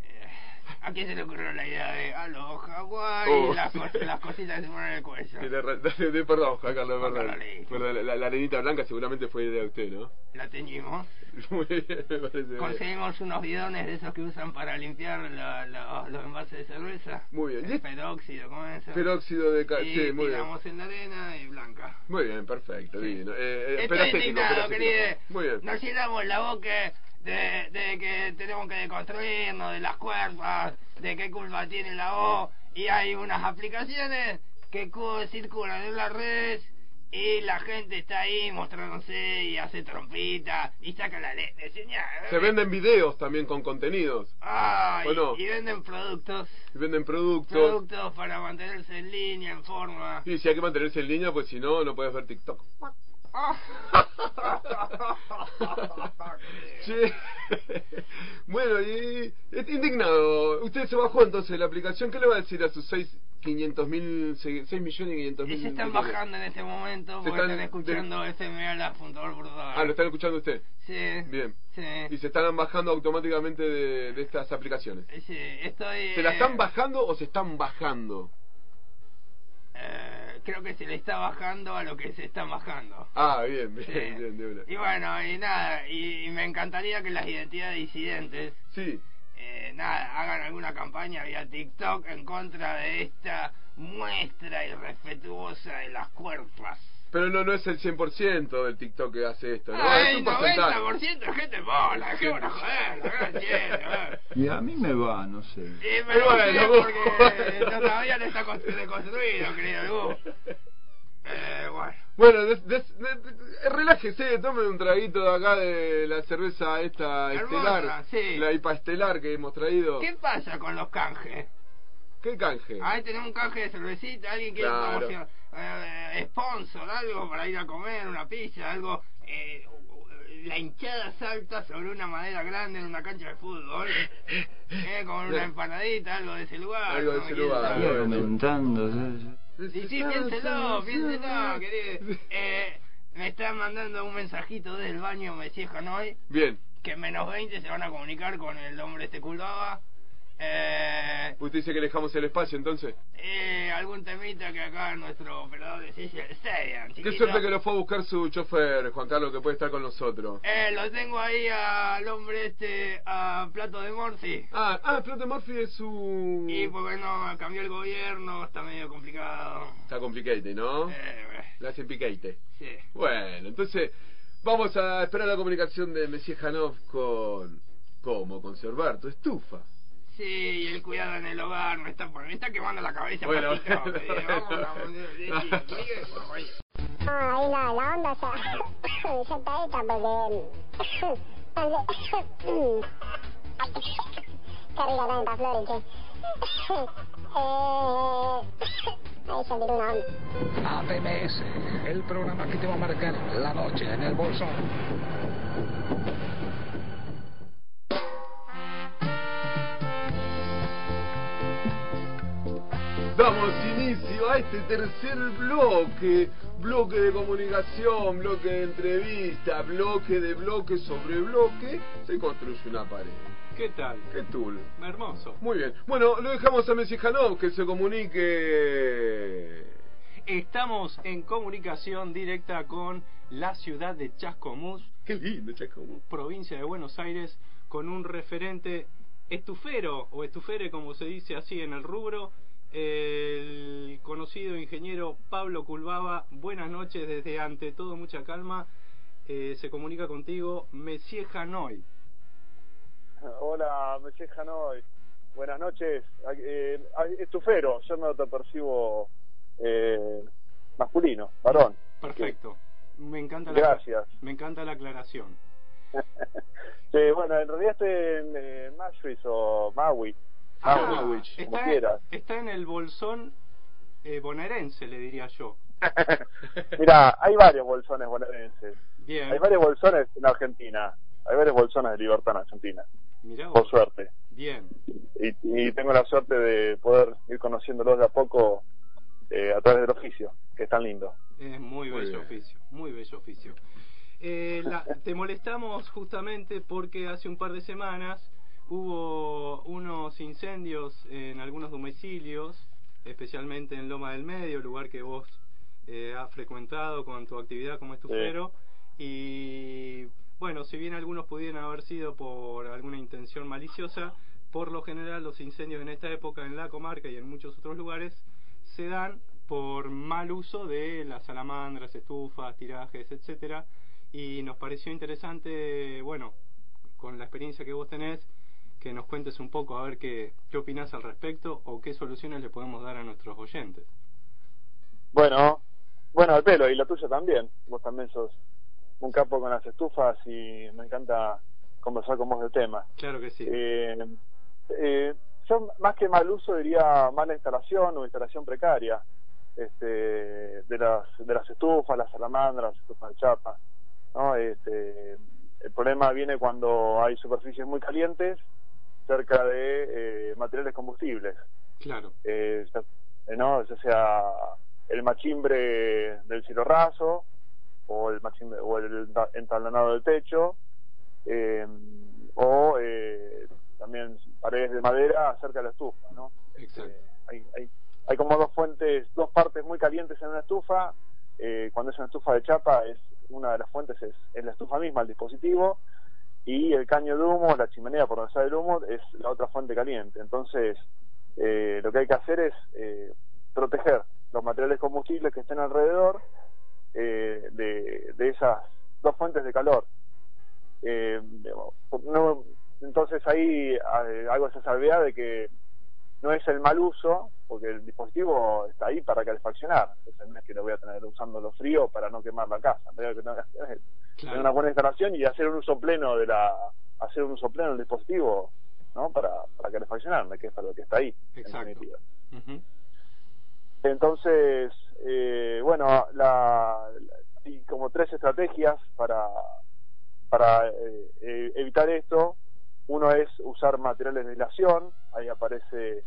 Speaker 7: Eh, (laughs) ¿A quién se le ocurrió la idea de aloha Hawái
Speaker 3: Oh.
Speaker 7: y las, cos- las cositas que se ponen en
Speaker 3: (laughs)
Speaker 7: el cuello?
Speaker 3: Tiene ra- de- Perdón, Juan Carlos,
Speaker 7: Juan
Speaker 3: perdón.
Speaker 7: Carlos Lee.
Speaker 3: Perdón, la, la- la arenita blanca seguramente fue idea de usted, ¿no? (laughs)
Speaker 7: La teñimos.
Speaker 3: Muy bien, me parece. bien.
Speaker 7: Conseguimos unos bidones de esos que usan para limpiar la- la- los envases de cerveza.
Speaker 3: Muy bien.
Speaker 7: El
Speaker 3: Y es-
Speaker 7: peróxido, ¿cómo es eso?
Speaker 3: Peróxido de cal...
Speaker 7: Y
Speaker 3: Sí, muy bien.
Speaker 7: tiramos en la arena y blanca.
Speaker 3: Muy bien, perfecto,
Speaker 7: Sí.
Speaker 3: divino. Eh, eh,
Speaker 7: Estoy
Speaker 3: pero estético,
Speaker 7: indignado,
Speaker 3: pero estético.
Speaker 7: querido.
Speaker 3: Muy bien.
Speaker 7: Nos llenamos la boca de, de que tenemos que deconstruirnos, de las cuerpas, de qué culpa tiene la O. Y hay unas aplicaciones que cu- circulan en las redes y la gente está ahí mostrándose y hace trompita y saca la leche. señor.
Speaker 3: Se venden videos también con contenidos.
Speaker 7: Ah,
Speaker 3: ¿O
Speaker 7: y-
Speaker 3: no?
Speaker 7: y venden productos.
Speaker 3: Y Venden productos.
Speaker 7: Productos para mantenerse en línea, en
Speaker 3: (laughs)
Speaker 7: forma. (laughs)
Speaker 3: Y si hay que mantenerse en línea, pues si no, no puedes ver TikTok. Che. Bueno, y, y- indignado. Usted se bajó entonces de la aplicación. ¿Qué le va a decir a sus seis 500 mil, 6 millones y 500 mil.
Speaker 7: Y se están bajando en este momento
Speaker 3: Se
Speaker 7: porque están,
Speaker 3: están-
Speaker 7: escuchando smla.org.
Speaker 3: Ah, lo están escuchando usted.
Speaker 7: Sí.
Speaker 3: Bien.
Speaker 7: Sí.
Speaker 3: Y se están bajando automáticamente de, de estas aplicaciones.
Speaker 7: Sí, estoy.
Speaker 3: ¿Se la
Speaker 7: eh,
Speaker 3: están bajando o se están bajando?
Speaker 7: eh, creo que se le está bajando a lo que se está bajando.
Speaker 3: Ah, bien, bien,
Speaker 7: Sí.
Speaker 3: bien, de una.
Speaker 7: Y bueno, y nada, y, y me encantaría que las identidades disidentes,
Speaker 3: Sí,
Speaker 7: eh, nada, hagan alguna campaña vía TikTok en contra de esta muestra irrespetuosa de las cuerpas.
Speaker 3: pero no, no es el 100% del TikTok que hace esto. ¿no? es
Speaker 7: ¡Ay,
Speaker 3: un porcentaje.
Speaker 7: 90% de gente bola! ¡Qué bueno, joder! la gran cielo, eh.
Speaker 4: Y a mí me va, no sé.
Speaker 7: Sí, pero
Speaker 3: Bueno,
Speaker 7: bueno,
Speaker 3: vos-
Speaker 7: porque no, todavía no está constru- construido, querido Gus. Eh, bueno.
Speaker 3: Bueno, des- des- de- de- relájese, tome un traguito de acá de la cerveza esta
Speaker 7: Hermosa,
Speaker 3: estelar,
Speaker 7: sí.
Speaker 3: la IPA estelar que hemos traído.
Speaker 7: ¿Qué pasa con los canjes?
Speaker 3: ¿Qué canje?
Speaker 7: Ahí tenemos un canje de cervecita, alguien quiere
Speaker 3: Claro.
Speaker 7: promocionar, eh, sponsor, algo para ir a comer, una pizza, algo. eh, la hinchada salta sobre una madera grande en una cancha de fútbol, eh, con una empanadita, algo de ese lugar.
Speaker 3: Algo de
Speaker 7: ¿no?
Speaker 3: ese
Speaker 7: ¿Quién
Speaker 3: lugar,
Speaker 7: sabe?
Speaker 4: Iba
Speaker 3: bueno.
Speaker 4: comentando, ¿sabes?
Speaker 7: Sí, sí, piénselo, piénselo, querido. Eh, me están mandando un mensajito desde el baño, me decían hoy,
Speaker 3: Bien,
Speaker 7: que en menos 20 se van a comunicar con el hombre este culbaba. Eh,
Speaker 3: usted dice que le dejamos el espacio entonces.
Speaker 7: eh, algún temita que acá nuestro operador de Silla Serian,
Speaker 3: Qué suerte que lo fue a buscar su chofer, Juan Carlos, que puede estar con nosotros.
Speaker 7: Eh, lo tengo ahí al hombre este, a Plato de Morsi.
Speaker 3: Ah, ah, Flote Murphy es su...
Speaker 7: Y porque no cambió el gobierno, está medio complicado.
Speaker 3: Está complicado, ¿no?
Speaker 7: Eh,
Speaker 3: Le hacen piquete.
Speaker 7: sí.
Speaker 3: Bueno, entonces vamos a esperar la comunicación de Mesías Janov con cómo conservar tu estufa.
Speaker 7: Sí, y el cuidado en el hogar me está, me está quemando la cabeza.
Speaker 3: Bueno,
Speaker 7: patito.
Speaker 3: bueno,
Speaker 7: Eh, vamos,
Speaker 3: bueno.
Speaker 7: vamos, eh,
Speaker 3: (laughs)
Speaker 7: sí, sigue, por favor.
Speaker 8: Ah, ahí la, la onda ya, (coughs) ya (coughs) está hecha (coughs) porque... porque- Ay, Qué rica tanta flor, che. Eh, ahí ya tiré una onda.
Speaker 1: ATMS, el programa que te va a marcar la noche ¿eh? en el bolsón.
Speaker 3: Damos inicio a este tercer bloque, bloque de comunicación, bloque de entrevista, bloque de bloque sobre bloque, se construye una pared.
Speaker 2: ¿Qué tal?
Speaker 3: ¡Qué tool!
Speaker 2: Hermoso.
Speaker 3: Muy bien. Bueno, lo dejamos a Messi Janov que se comunique.
Speaker 2: Estamos en comunicación directa con la ciudad de Chascomús,
Speaker 3: Qué lindo, Chacomú.
Speaker 2: provincia de Buenos Aires, con un referente estufero o estufere, como se dice así en el rubro, el conocido ingeniero Pablo Culbaba. Buenas noches, desde ante todo, mucha calma. Eh, se comunica contigo Messier Hanoi.
Speaker 9: Hola, Meche Hanoi. Buenas noches. Ah, eh, ah, estufero, yo no te percibo eh, masculino, varón.
Speaker 2: Perfecto. Me encanta la,
Speaker 9: Gracias.
Speaker 2: Me encanta la aclaración.
Speaker 9: Sí, bueno, en realidad estoy en eh, Maschwitz o Maui.
Speaker 2: Ah,
Speaker 9: Maui, como
Speaker 2: está,
Speaker 9: quieras.
Speaker 2: está en el bolsón eh, bonaerense, le diría yo.
Speaker 9: Mira, hay varios bolsones bonaerenses.
Speaker 2: Bien.
Speaker 9: Hay varios bolsones en Argentina. Hay varios bolsones de libertad en Argentina,
Speaker 2: Mirá vos.
Speaker 9: por suerte.
Speaker 2: Bien.
Speaker 9: Y, y tengo la suerte de poder ir conociéndolos de a poco eh, a través del oficio, que es tan lindo.
Speaker 2: Es muy bello
Speaker 3: bien.
Speaker 2: oficio, muy bello oficio. Eh, la- te molestamos justamente porque hace un par de semanas hubo unos incendios en algunos domicilios, especialmente en Loma del Medio, lugar que vos eh, has frecuentado con tu actividad como estufero. Y bueno, si bien algunos pudieran haber sido por alguna intención maliciosa, por lo general los incendios en esta época en la comarca y en muchos otros lugares se dan por mal uso de las salamandras, estufas, tirajes, etcétera, y nos pareció interesante, bueno, con la experiencia que vos tenés, que nos cuentes un poco a ver qué, qué opinás al respecto o qué soluciones le podemos dar a nuestros oyentes.
Speaker 9: Bueno, bueno, el pelo y la tuya también. Vos también sos un capo con las estufas y me encanta conversar con vos del tema.
Speaker 2: Claro que sí.
Speaker 9: Eh, eh, yo más que mal uso diría mala instalación o instalación precaria este, de las de las estufas, las salamandras, las estufas de chapa. ¿no? Este, el problema viene cuando hay superficies muy calientes cerca de eh, materiales combustibles
Speaker 2: Claro,
Speaker 9: eh, ya- eh, ¿no? Ya sea el machimbre del cielo raso o el, machimbre, o el enta- entablanado del techo eh, o eh, también paredes de madera cerca de la estufa, ¿no?
Speaker 3: Exacto.
Speaker 9: Este, hay, hay, hay como dos fuentes, dos partes muy calientes en una estufa. Eh, cuando es una estufa de chapa, es una de las fuentes es, es la estufa misma, el dispositivo, y el caño de humo, la chimenea por donde sale el humo, es la otra fuente caliente. Entonces, eh, lo que hay que hacer es eh, proteger los materiales combustibles que estén alrededor eh, de, de esas dos fuentes de calor. Eh, no- entonces ahí eh, hago esa salvedad de que no es el mal uso, porque el dispositivo está ahí para calefaccionar. Entonces no es que lo voy a tener usándolo frío para no quemar la casa. En realidad lo que tengo que hacer es
Speaker 2: Claro.
Speaker 9: tener una buena instalación y hacer un uso pleno de la hacer un uso pleno del dispositivo ¿no? para, para calefaccionarme, que es para lo que está ahí. en
Speaker 2: Exacto.
Speaker 9: definitiva.
Speaker 2: Ujú.
Speaker 9: Entonces, eh, bueno, la, la- hay como tres estrategias para, para eh, eh, evitar esto. Uno es usar materiales de aislación, ahí aparece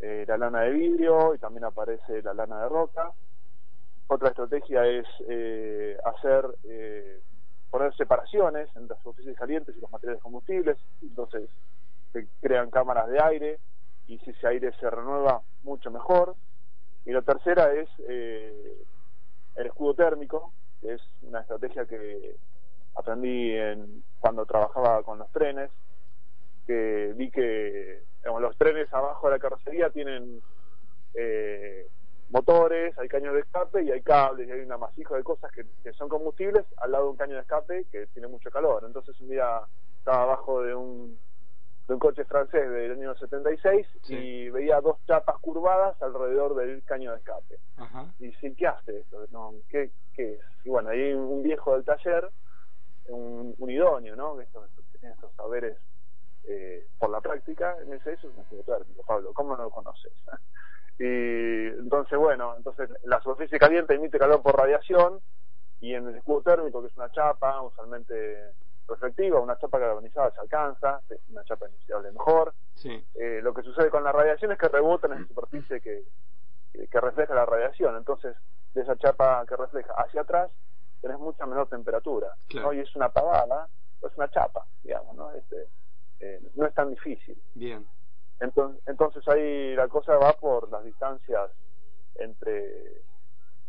Speaker 9: eh, la lana de vidrio y también aparece la lana de roca. Otra estrategia es eh, hacer eh, poner separaciones entre las superficies calientes y los materiales combustibles, entonces se crean cámaras de aire y si ese aire se renueva mucho mejor. Y la tercera es eh, el escudo térmico, que es una estrategia que aprendí en, cuando trabajaba con los trenes, que vi que digamos, los trenes abajo de la carrocería tienen eh, motores, hay caños de escape y hay cables y hay un amasijo de cosas que, que son combustibles al lado de un caño de escape que tiene mucho calor. Entonces un día estaba abajo de un, de un coche francés del año 76
Speaker 2: Sí.
Speaker 9: y veía dos chapas curvadas alrededor del caño de escape.
Speaker 2: Ajá.
Speaker 9: Y dije, ¿qué hace esto? No, ¿qué, ¿Qué es? Y bueno, ahí un viejo del taller, un, un idóneo, ¿no? Que esto- que tiene estos saberes eh, por la práctica, me dice, eso es un escudo térmico, Pablo, ¿cómo no lo conoces? (laughs) y entonces, bueno, entonces la superficie caliente emite calor por radiación y en el escudo térmico, que es una chapa usualmente reflectiva, una chapa carbonizada se alcanza, es una chapa iniciable mejor,
Speaker 2: Sí.
Speaker 9: eh, lo que sucede con la radiación es que rebota en la superficie que, que- que refleja la radiación. Entonces, de esa chapa que refleja hacia atrás, tenés mucha menor temperatura.
Speaker 2: Claro.
Speaker 9: ¿no? Y es una pavada, es una chapa, digamos, ¿no? Este, eh, no es tan difícil.
Speaker 2: Bien.
Speaker 9: Entonces, entonces ahí la cosa va por las distancias entre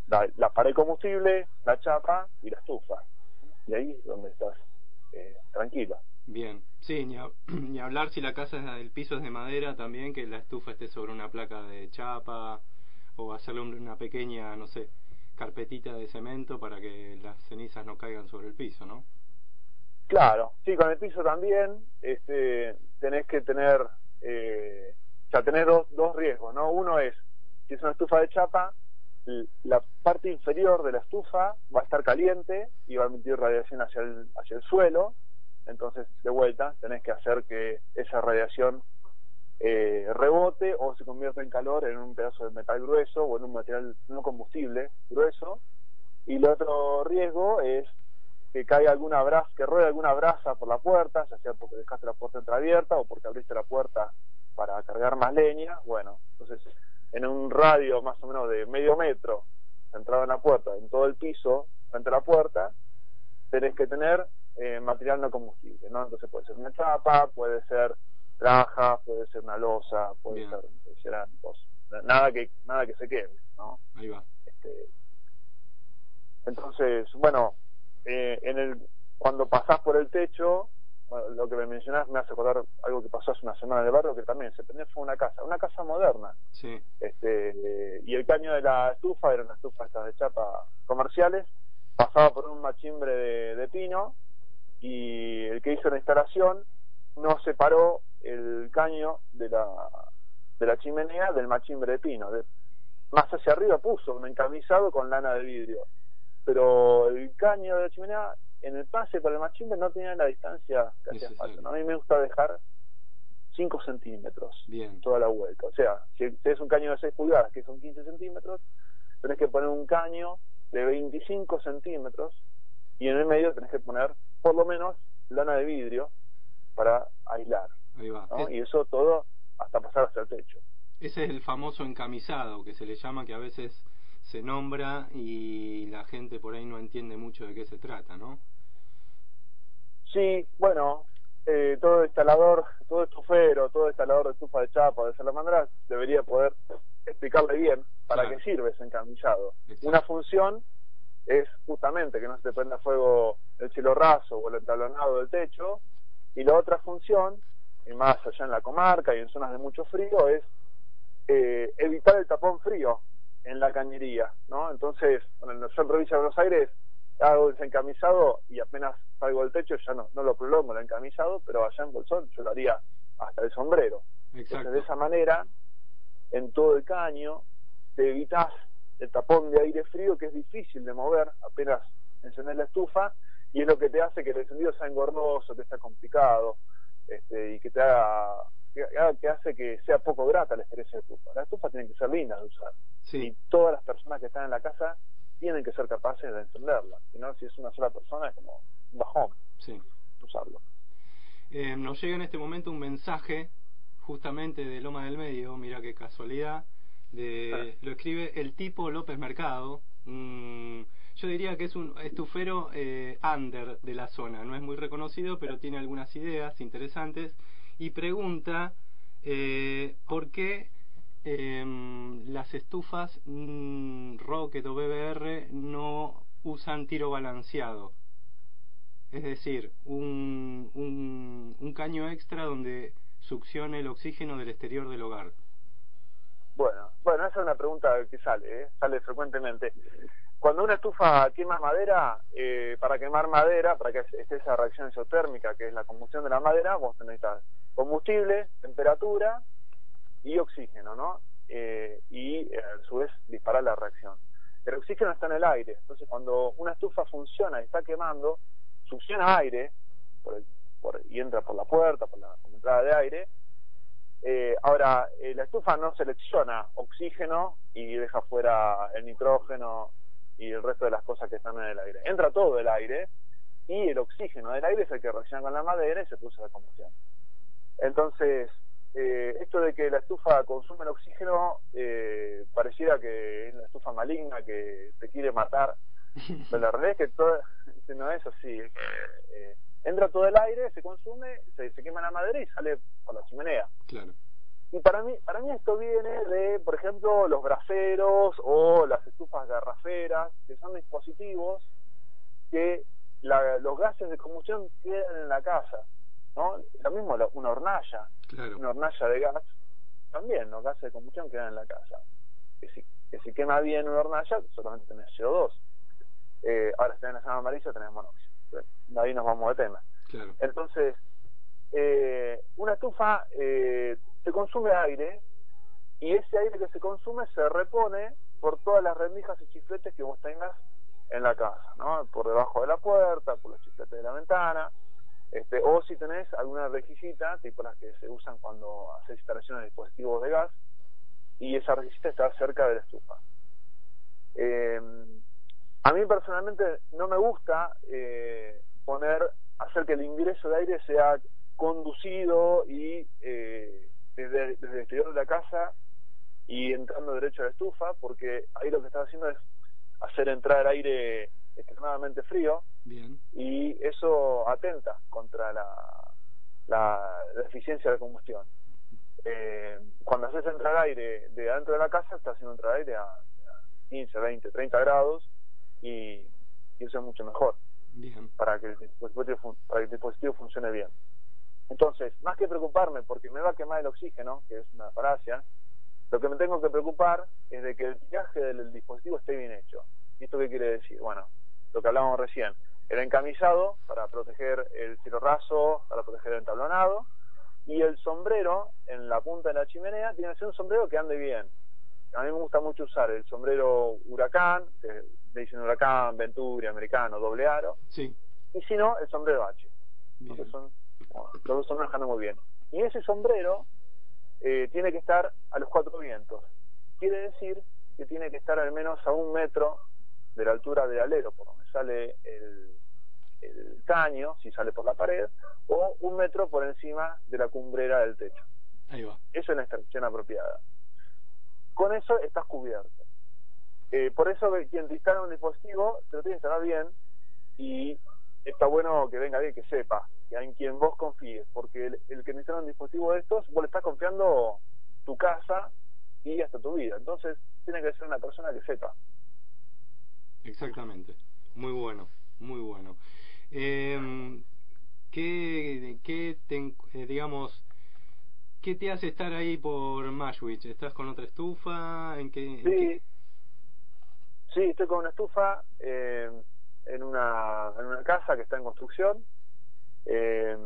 Speaker 9: la, la pared combustible, la chapa y la estufa. Y ahí es donde estás eh, tranquila.
Speaker 2: Bien, sí, ni, hab- (clears throat) ni hablar si la casa es, el piso es de madera también, que la estufa esté sobre una placa de chapa o hacerle un- una pequeña, no sé, carpetita de cemento para que las cenizas no caigan sobre el piso, ¿no?
Speaker 9: Claro, sí, con el piso también este, tenés que tener, eh, o sea, tenés dos, dos riesgos, ¿no? Uno es, si es una estufa de chapa, l- la parte inferior de la estufa va a estar caliente y va a emitir radiación hacia el, hacia el suelo, entonces, de vuelta, tenés que hacer que esa radiación eh, rebote o se convierta en calor en un pedazo de metal grueso o en un material no combustible grueso. Y el otro riesgo es que caiga alguna brasa, que ruede alguna brasa por la puerta, ya sea porque dejaste la puerta entreabierta o porque abriste la puerta para cargar más leña. Bueno, entonces en un radio más o menos de medio metro, centrado en la puerta, en todo el piso, frente a la puerta, tenés que tener eh, material no combustible, ¿no? Entonces puede ser una chapa, puede ser traja, puede ser una losa, puede
Speaker 2: Bien.
Speaker 9: ser cerámicos, nada que, nada que se queme, ¿no?
Speaker 2: Ahí va.
Speaker 9: Este, entonces, bueno, eh, en el cuando pasás por el techo, bueno, lo que me mencionás me hace acordar algo que pasó hace una semana en el barrio que también se prendió fue una casa, una casa moderna.
Speaker 2: Sí,
Speaker 9: Este, eh, y el caño de la estufa, era una estufa estas de chapa comerciales, pasaba por un machimbre de, de pino y el que hizo la instalación no separó el caño de la, de la chimenea del machimbre de pino. De- más hacia arriba puso un encamisado con lana de vidrio, pero el caño de la chimenea en el pase para el machimbre no tenía la distancia que hacía
Speaker 2: Necesario.
Speaker 9: falta. ¿no? A mí me gusta dejar 5 centímetros
Speaker 2: bien.
Speaker 9: toda la vuelta. O sea, si tenés un caño de 6 pulgadas, que son 15 centímetros, tenés que poner un caño de 25 centímetros y en el medio tenés que poner por lo menos lana de vidrio para aislar.
Speaker 2: Ahí va.
Speaker 9: ¿no?
Speaker 2: Es-
Speaker 9: Y eso todo hasta pasar hasta el techo.
Speaker 2: Ese es el famoso encamisado que se le llama, que a veces se nombra y la gente por ahí no entiende mucho de qué se trata, ¿no?
Speaker 9: Sí, bueno, eh, todo instalador, todo estufero, todo instalador de estufa de chapa, de salamandras, debería poder explicarle bien para
Speaker 2: Claro.
Speaker 9: qué sirve ese encamillado.
Speaker 2: Exacto.
Speaker 9: Una función es justamente que no se te prenda fuego el cielo raso o el entablanado del techo, y la otra función, y más allá en la comarca y en zonas de mucho frío, es eh, evitar el tapón frío en la cañería, ¿no? Entonces, bueno, yo en provincia de Buenos Aires hago el encamisado y apenas salgo del techo ya no, no lo prolongo el encamisado, pero allá en Bolsón yo lo haría hasta el sombrero. Entonces, de
Speaker 2: Exacto.
Speaker 9: esa manera, en todo el caño, te evitas el tapón de aire frío que es difícil de mover apenas encender la estufa y es lo que te hace que el encendido sea engorroso, que sea complicado este, y que te haga, que, haga- que hace que sea poco grata la experiencia de estufa. Las estufas tienen que ser lindas de usar y
Speaker 2: Sí,
Speaker 9: todas las personas que están en la casa tienen que ser capaces de encenderla. Si no, si es una sola persona, es como un bajón
Speaker 2: sí.
Speaker 9: usarlo.
Speaker 2: Eh, nos llega en este momento un mensaje justamente de Loma del Medio, mira qué casualidad, de, lo escribe el tipo López Mercado. mm, yo diría que es un estufero eh, under de la zona, no es muy reconocido, pero tiene algunas ideas interesantes y pregunta eh, por qué em, las estufas mm, Rocket o BBR no usan tiro balanceado. Es decir, un, un, un caño extra donde succione el oxígeno del exterior del hogar.
Speaker 9: Bueno, bueno, esa es una pregunta que sale, ¿eh? sale frecuentemente. Cuando una estufa quema madera, eh, para quemar madera, para que esté esa reacción isotérmica, que es la combustión de la madera, vos necesitas combustible, temperatura y oxígeno, ¿no? Eh, y eh, a su vez disparar la reacción. El oxígeno está en el aire, entonces cuando una estufa funciona y está quemando, succiona aire por el- por- y entra por la puerta, por la por la entrada de aire, eh, ahora, eh, la estufa no selecciona oxígeno y deja fuera el nitrógeno y el resto de las cosas que están en el aire. Entra todo el aire y el oxígeno del aire es el que reacciona con la madera y se produce la combustión. Entonces, eh, esto de que la estufa consume el oxígeno eh, pareciera que es una estufa maligna que te quiere matar. Pero la realidad es que todo, este, no es así. Eh, entra todo el aire, se consume, se, se quema la madera y sale por la chimenea.
Speaker 2: Claro.
Speaker 9: Y para mí, para mí esto viene de, por ejemplo, los braseros o las estufas garraferas, que son dispositivos que la- los gases de combustión quedan en la casa. ¿no? Lo mismo la- una hornalla,
Speaker 2: Claro.
Speaker 9: una hornalla de gas, también los gases de combustión quedan en la casa. Que si, que si quema bien una hornalla, solamente tenés CO2. Eh, ahora si tenés la llama amarilla, tenés monóxido. De ahí nos vamos de tema.
Speaker 2: Claro.
Speaker 9: Entonces, eh, una estufa eh, se consume aire y ese aire que se consume se repone por todas las rendijas y chifletes que vos tengas en la casa, ¿no? Por debajo de la puerta, por los chifletes de la ventana, este, o si tenés alguna rejillita, tipo las que se usan cuando haces instalaciones de dispositivos de gas, y esa rejillita está cerca de la estufa. Eh, a mí personalmente no me gusta eh, poner, hacer que el ingreso de aire sea conducido y eh, desde, desde el exterior de la casa y entrando derecho a la estufa, porque ahí lo que estás haciendo es hacer entrar el aire extremadamente frío
Speaker 2: Bien.
Speaker 9: y eso atenta contra la, la, la eficiencia de combustión. Eh, cuando haces entrar aire de adentro de la casa, estás haciendo entrar aire a, a 15, 20, 30 grados y, y eso es mucho mejor
Speaker 2: Bien.
Speaker 9: para que, el dispositivo, fun- para que el dispositivo funcione bien. Entonces, más que preocuparme porque me va a quemar el oxígeno, que es una falacia, lo que me tengo que preocupar es de que el tiraje del dispositivo esté bien hecho. ¿Y esto qué quiere decir? Bueno, lo que hablábamos recién, el encamisado para proteger el cielo raso, para proteger el entablonado, y el sombrero en la punta de la chimenea tiene que ser un sombrero que ande bien. A mí me gusta mucho usar el sombrero huracán, que le dicen huracán, venturi, americano, doble aro,
Speaker 2: Sí.
Speaker 9: y si no, el sombrero H.
Speaker 2: Bien.
Speaker 9: Que son, bueno, los dos sombreros que andan muy bien. Y ese sombrero eh, tiene que estar a los cuatro vientos. Quiere decir que tiene que estar al menos a un metro de la altura del alero, por donde sale el, el caño, si sale por la pared, o un metro por encima de la cumbrera del techo.
Speaker 2: Ahí va.
Speaker 9: Eso es la extracción apropiada. con eso estás cubierto. Eh, por eso que quien te instala un dispositivo, te lo tiene que instalar bien y está bueno que venga alguien que sepa, que en quien vos confíes, porque el, el que te instala un dispositivo de estos, vos le estás confiando tu casa y hasta tu vida. Entonces, tiene que ser una persona que sepa.
Speaker 2: Exactamente. Muy bueno, muy bueno. Eh, ¿Qué, qué te, en- eh, digamos, qué te hace estar ahí por Mashwich? ¿Estás con otra estufa? ¿En qué, en qué-
Speaker 9: Sí, sí, estoy con una estufa eh, en, una, en una casa que está en construcción. Eh,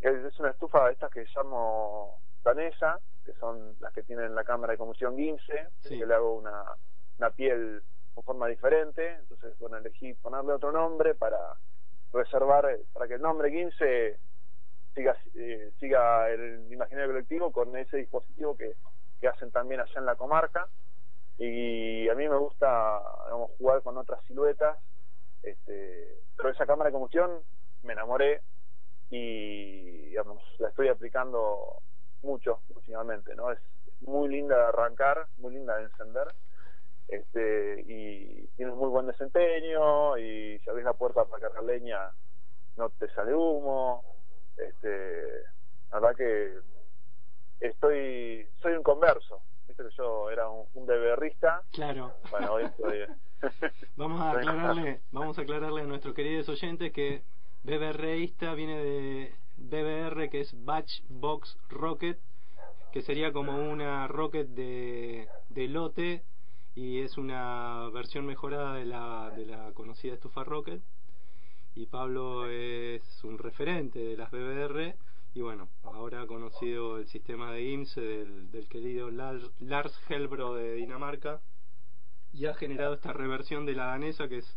Speaker 9: es es una estufa de estas que llamo danesa, que son las que tienen la cámara de combustión 15,
Speaker 2: Sí.
Speaker 9: que le hago una, una piel con forma diferente. Entonces, bueno, elegí ponerle otro nombre para reservar, eh, para que el nombre 15 siga, eh, siga el imaginario colectivo con ese dispositivo que, que hacen también allá en la comarca y a mí me gusta digamos, jugar con otras siluetas este, pero esa cámara de combustión me enamoré y digamos, la estoy aplicando mucho últimamente no es muy linda de arrancar muy linda de encender este y tiene muy buen desempeño y si abrís la puerta para cargar leña no te sale humo este la verdad que estoy soy un converso viste que yo era un, un beberrista
Speaker 2: Claro.
Speaker 9: bueno hoy estoy
Speaker 2: Vamos a aclararle, vamos a aclararle a nuestros queridos oyentes que BBRista viene de BBR que es Batch Box Rocket, que sería como una rocket de, de lote y es una versión mejorada de la, de la conocida estufa rocket. Y Pablo es un referente de las BBR y bueno, ahora ha conocido el sistema de IMSS del, del querido Lars, Lars Helbro de Dinamarca y ha generado esta reversión de la danesa que es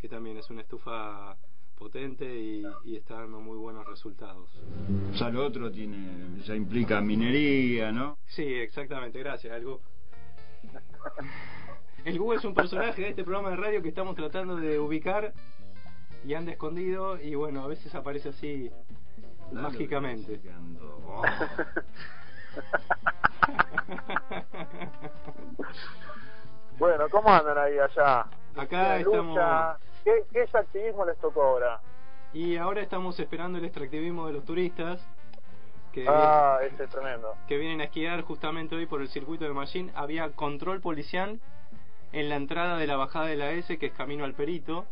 Speaker 2: que también es una estufa potente y, y está dando muy buenos resultados.
Speaker 4: O sea, lo otro tiene, ya implica minería, ¿no?
Speaker 2: Sí, exactamente, gracias. El Gu. (laughs) El Gu es un personaje de este programa de radio que estamos tratando de ubicar y anda escondido y bueno, a veces aparece así mágicamente.
Speaker 4: Oh.
Speaker 9: bueno cómo andan ahí allá
Speaker 2: (laughs) Acá
Speaker 9: La lucha,
Speaker 2: estamos
Speaker 9: ¿Qué, qué es activismo les tocó ahora
Speaker 2: y ahora estamos esperando el extractivismo de los turistas que
Speaker 9: ah ese es tremendo
Speaker 2: que vienen a esquiar justamente hoy por el circuito de Mallín, había control policial en la entrada de la bajada de la S, que es camino al Perito.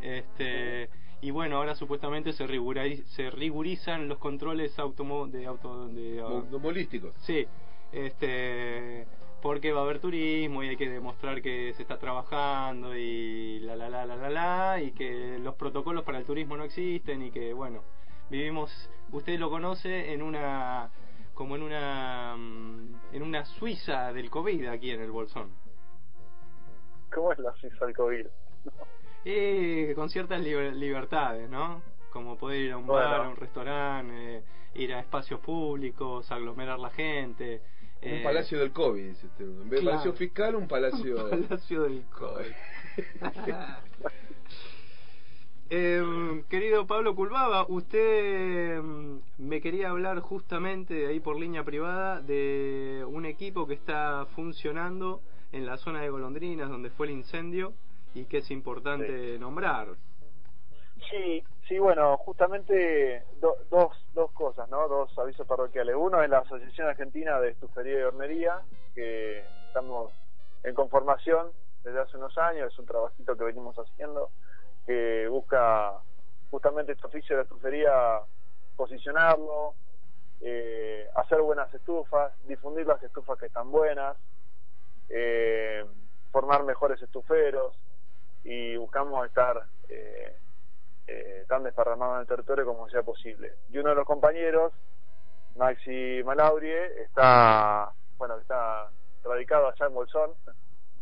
Speaker 2: Este, y bueno, ahora supuestamente se, rigurari- se rigurizan los controles automo- de auto. De, au-
Speaker 3: Molísticos.
Speaker 2: sí, este, porque va a haber turismo y hay que demostrar que se está trabajando y la la la la la la, y que los protocolos para el turismo no existen y que bueno, vivimos, usted lo conoce, en una como en una mm, en una Suiza del COVID aquí en el Bolsón.
Speaker 9: cómo es la Suiza del covid
Speaker 2: Eh, con ciertas liber- libertades, ¿no? Como poder ir a un
Speaker 9: Bueno.
Speaker 2: bar, a un restaurante, eh, ir a espacios públicos, aglomerar la gente. eh,
Speaker 3: Un
Speaker 2: (laughs)
Speaker 3: palacio del COVID, dice este. En vez de
Speaker 2: claro.
Speaker 3: palacio fiscal, un palacio.
Speaker 2: (laughs) un palacio del COVID. Eh, querido Pablo Culbaba, usted mm, me quería hablar justamente de ahí por línea privada de un equipo que está funcionando en la zona de Golondrinas donde fue el incendio y que es importante nombrar.
Speaker 9: Sí, sí, bueno, justamente do- dos, dos cosas, ¿no? Dos avisos parroquiales. Uno es la Asociación Argentina de Estufería y Hornería, que estamos en conformación desde hace unos años, es un trabajito que venimos haciendo, que busca justamente este oficio de la estufería posicionarlo, eh, hacer buenas estufas, difundir las estufas que están buenas, eh, formar mejores estuferos y buscamos estar... Eh, eh, tan desparramado en el territorio como sea posible. Y uno de los compañeros, Maxi Malaurie, está, bueno, está radicado allá en Bolsón,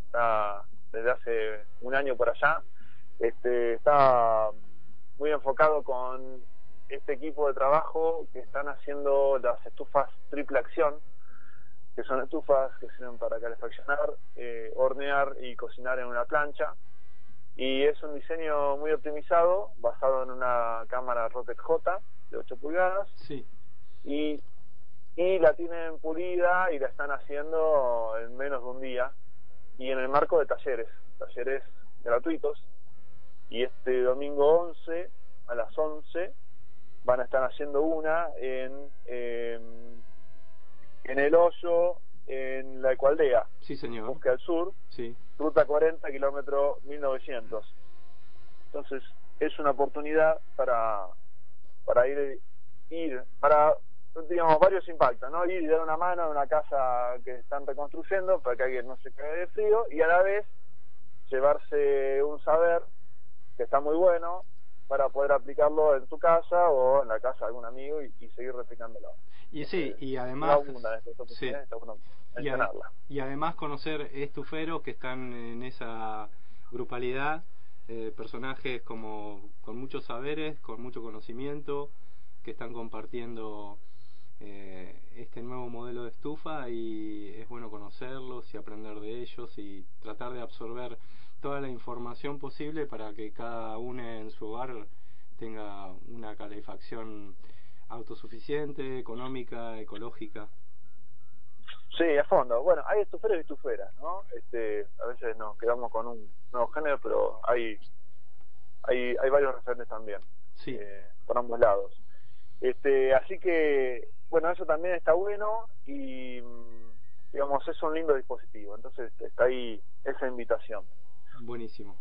Speaker 9: está desde hace un año por allá, este, está muy enfocado con este equipo de trabajo que están haciendo las estufas triple acción, que son estufas que sirven para calefaccionar, eh, hornear y cocinar en una plancha y es un diseño muy optimizado basado en una cámara Rocket J de 8 pulgadas
Speaker 2: Sí.
Speaker 9: y y la tienen pulida y la están haciendo en menos de un día y en el marco de talleres, talleres gratuitos y este domingo 11 a las 11 van a estar haciendo una en eh, en el hoyo en la Ecualdea,
Speaker 2: Sí, señor.
Speaker 9: Bosque al Sur,
Speaker 2: Sí.
Speaker 9: ruta 40, kilómetro 1900. Entonces, es una oportunidad para, para ir, ir, para, digamos, varios impactos, ¿no? Ir y dar una mano a una casa que están reconstruyendo para que alguien no se caiga de frío y a la vez llevarse un saber que está muy bueno para poder aplicarlo en tu casa o en la casa de algún amigo y, y seguir replicándolo.
Speaker 2: Y sí, y
Speaker 9: Eh, Una
Speaker 2: además.
Speaker 9: abundan estas oportunidades, está bueno
Speaker 2: Y, ade-
Speaker 9: mencionarlas.
Speaker 2: y además conocer estuferos que están en esa grupalidad, eh, personajes como con muchos saberes, con mucho conocimiento, que están compartiendo eh, este nuevo modelo de estufa y es bueno conocerlos y aprender de ellos y tratar de absorber toda la información posible para que cada uno en su hogar tenga una calefacción autosuficiente, económica, ecológica.
Speaker 9: Sí, a fondo. Bueno, hay estuferos y estuferas, ¿no? Este, a veces nos quedamos con un nuevo género, pero hay hay, hay varios referentes también
Speaker 2: Sí.
Speaker 9: eh, por ambos lados. Este, así que, bueno, eso también está bueno y, mm, digamos, es un lindo dispositivo. Entonces está ahí esa invitación.
Speaker 2: Buenísimo.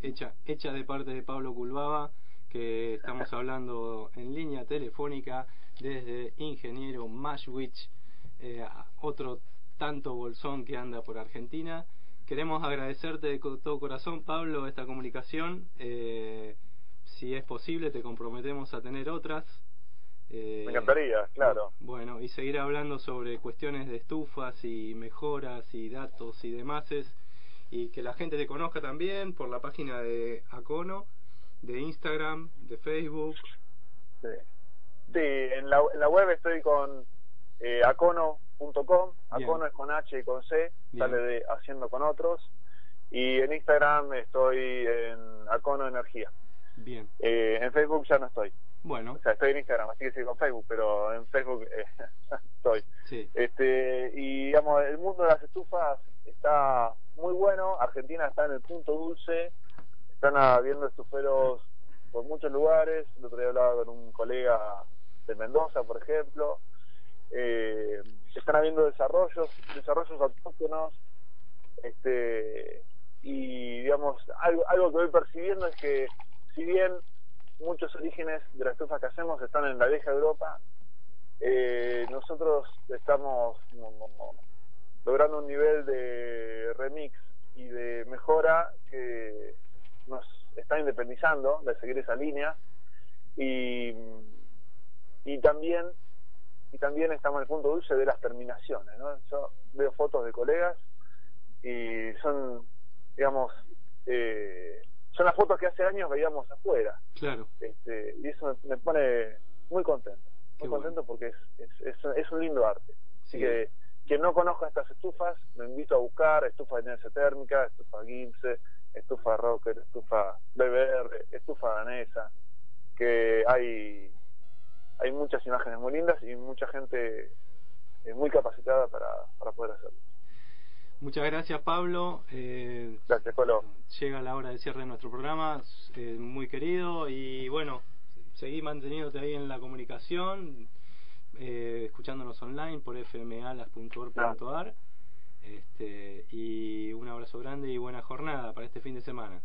Speaker 2: Hecha, hecha de parte de Pablo Culbaba, que estamos hablando en línea telefónica desde Ingeniero Mashwich, eh, otro tanto bolsón que anda por Argentina. Queremos agradecerte de co- todo corazón, Pablo, esta comunicación. Eh, si es posible, te comprometemos a tener otras. Eh,
Speaker 9: Me encantaría, claro.
Speaker 2: bueno, y seguir hablando sobre cuestiones de estufas y mejoras y datos y demases y que la gente te conozca también por la página de Acono, de Instagram, de Facebook.
Speaker 9: Sí, Sí, en, la, en la web estoy con eh, acono.com.
Speaker 2: Bien.
Speaker 9: Acono es con H y con C,
Speaker 2: Bien.
Speaker 9: sale de Haciendo con Otros. Y en Instagram estoy en Acono Energía.
Speaker 2: Bien.
Speaker 9: Eh, en Facebook ya no estoy.
Speaker 2: Bueno,
Speaker 9: O sea, estoy en Instagram, así que sí con Facebook, pero en Facebook eh, (laughs) estoy.
Speaker 2: sí,
Speaker 9: Este, y digamos, el mundo de las estufas está muy bueno. Argentina está en el punto dulce. Están habiendo estuferos por muchos lugares. El otro día hablaba con un colega de Mendoza, por ejemplo. Eh, están habiendo desarrollos, desarrollos autóctonos. Este, y digamos, algo, algo que voy percibiendo es que, si bien muchos orígenes de las estufas que hacemos están en la vieja Europa, eh, nosotros estamos no, no, no, logrando un nivel de remix y de mejora que nos está independizando de seguir esa línea y, y también y también estamos en el punto dulce de las terminaciones ¿no? yo veo fotos de colegas y son digamos eh, son las fotos que hace años veíamos afuera
Speaker 2: claro.
Speaker 9: este, y eso me, me pone muy contento
Speaker 2: Qué
Speaker 9: muy contento porque es, es, es- es un lindo arte así
Speaker 2: Sí.
Speaker 9: que quien no conozca estas estufas lo invito a buscar estufa de inercia térmica estufa Gibbs estufa Rocker estufa BBR estufa danesa que hay hay muchas imágenes muy lindas y mucha gente eh, muy capacitada para, para poder hacerlo
Speaker 2: Muchas gracias, Pablo. Eh,
Speaker 9: gracias Colo
Speaker 2: llega la hora de cierre de nuestro programa, eh, muy querido, y bueno, seguí manteniéndote ahí en la comunicación, eh, escuchándonos online por fmalas.org.ar. Este, y un abrazo grande y buena jornada para este fin de semana.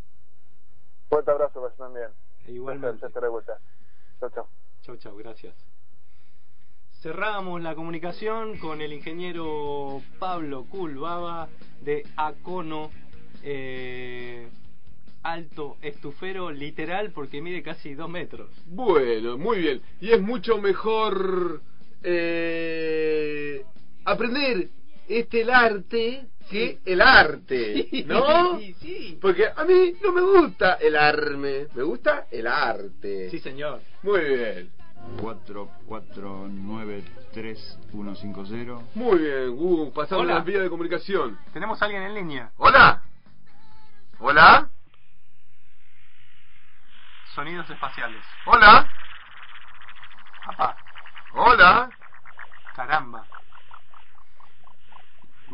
Speaker 9: fuerte abrazo para usted también
Speaker 2: E
Speaker 9: Gracias,
Speaker 2: Igualmente.
Speaker 9: ya estaré de vuelta chao chao
Speaker 2: Chau, chau, gracias. Cerramos la comunicación con el ingeniero Pablo Culbaba de Acono, eh, alto estufero, literal, porque mide casi dos metros.
Speaker 3: Bueno, muy bien. Y es mucho mejor eh, aprender este el arte que el arte,
Speaker 2: (laughs)
Speaker 3: ¿no?
Speaker 2: Sí, sí.
Speaker 3: Porque a mí no me gusta el arme, me gusta el arte.
Speaker 2: Sí, señor.
Speaker 3: Muy bien,
Speaker 4: 4493150.
Speaker 3: muy bien. Uh, pasamos
Speaker 2: Hola.
Speaker 3: las vías de comunicación.
Speaker 2: Tenemos a alguien en línea.
Speaker 3: Hola. Hola.
Speaker 2: Sonidos espaciales.
Speaker 3: Hola.
Speaker 2: Papá,
Speaker 3: Hola.
Speaker 2: caramba.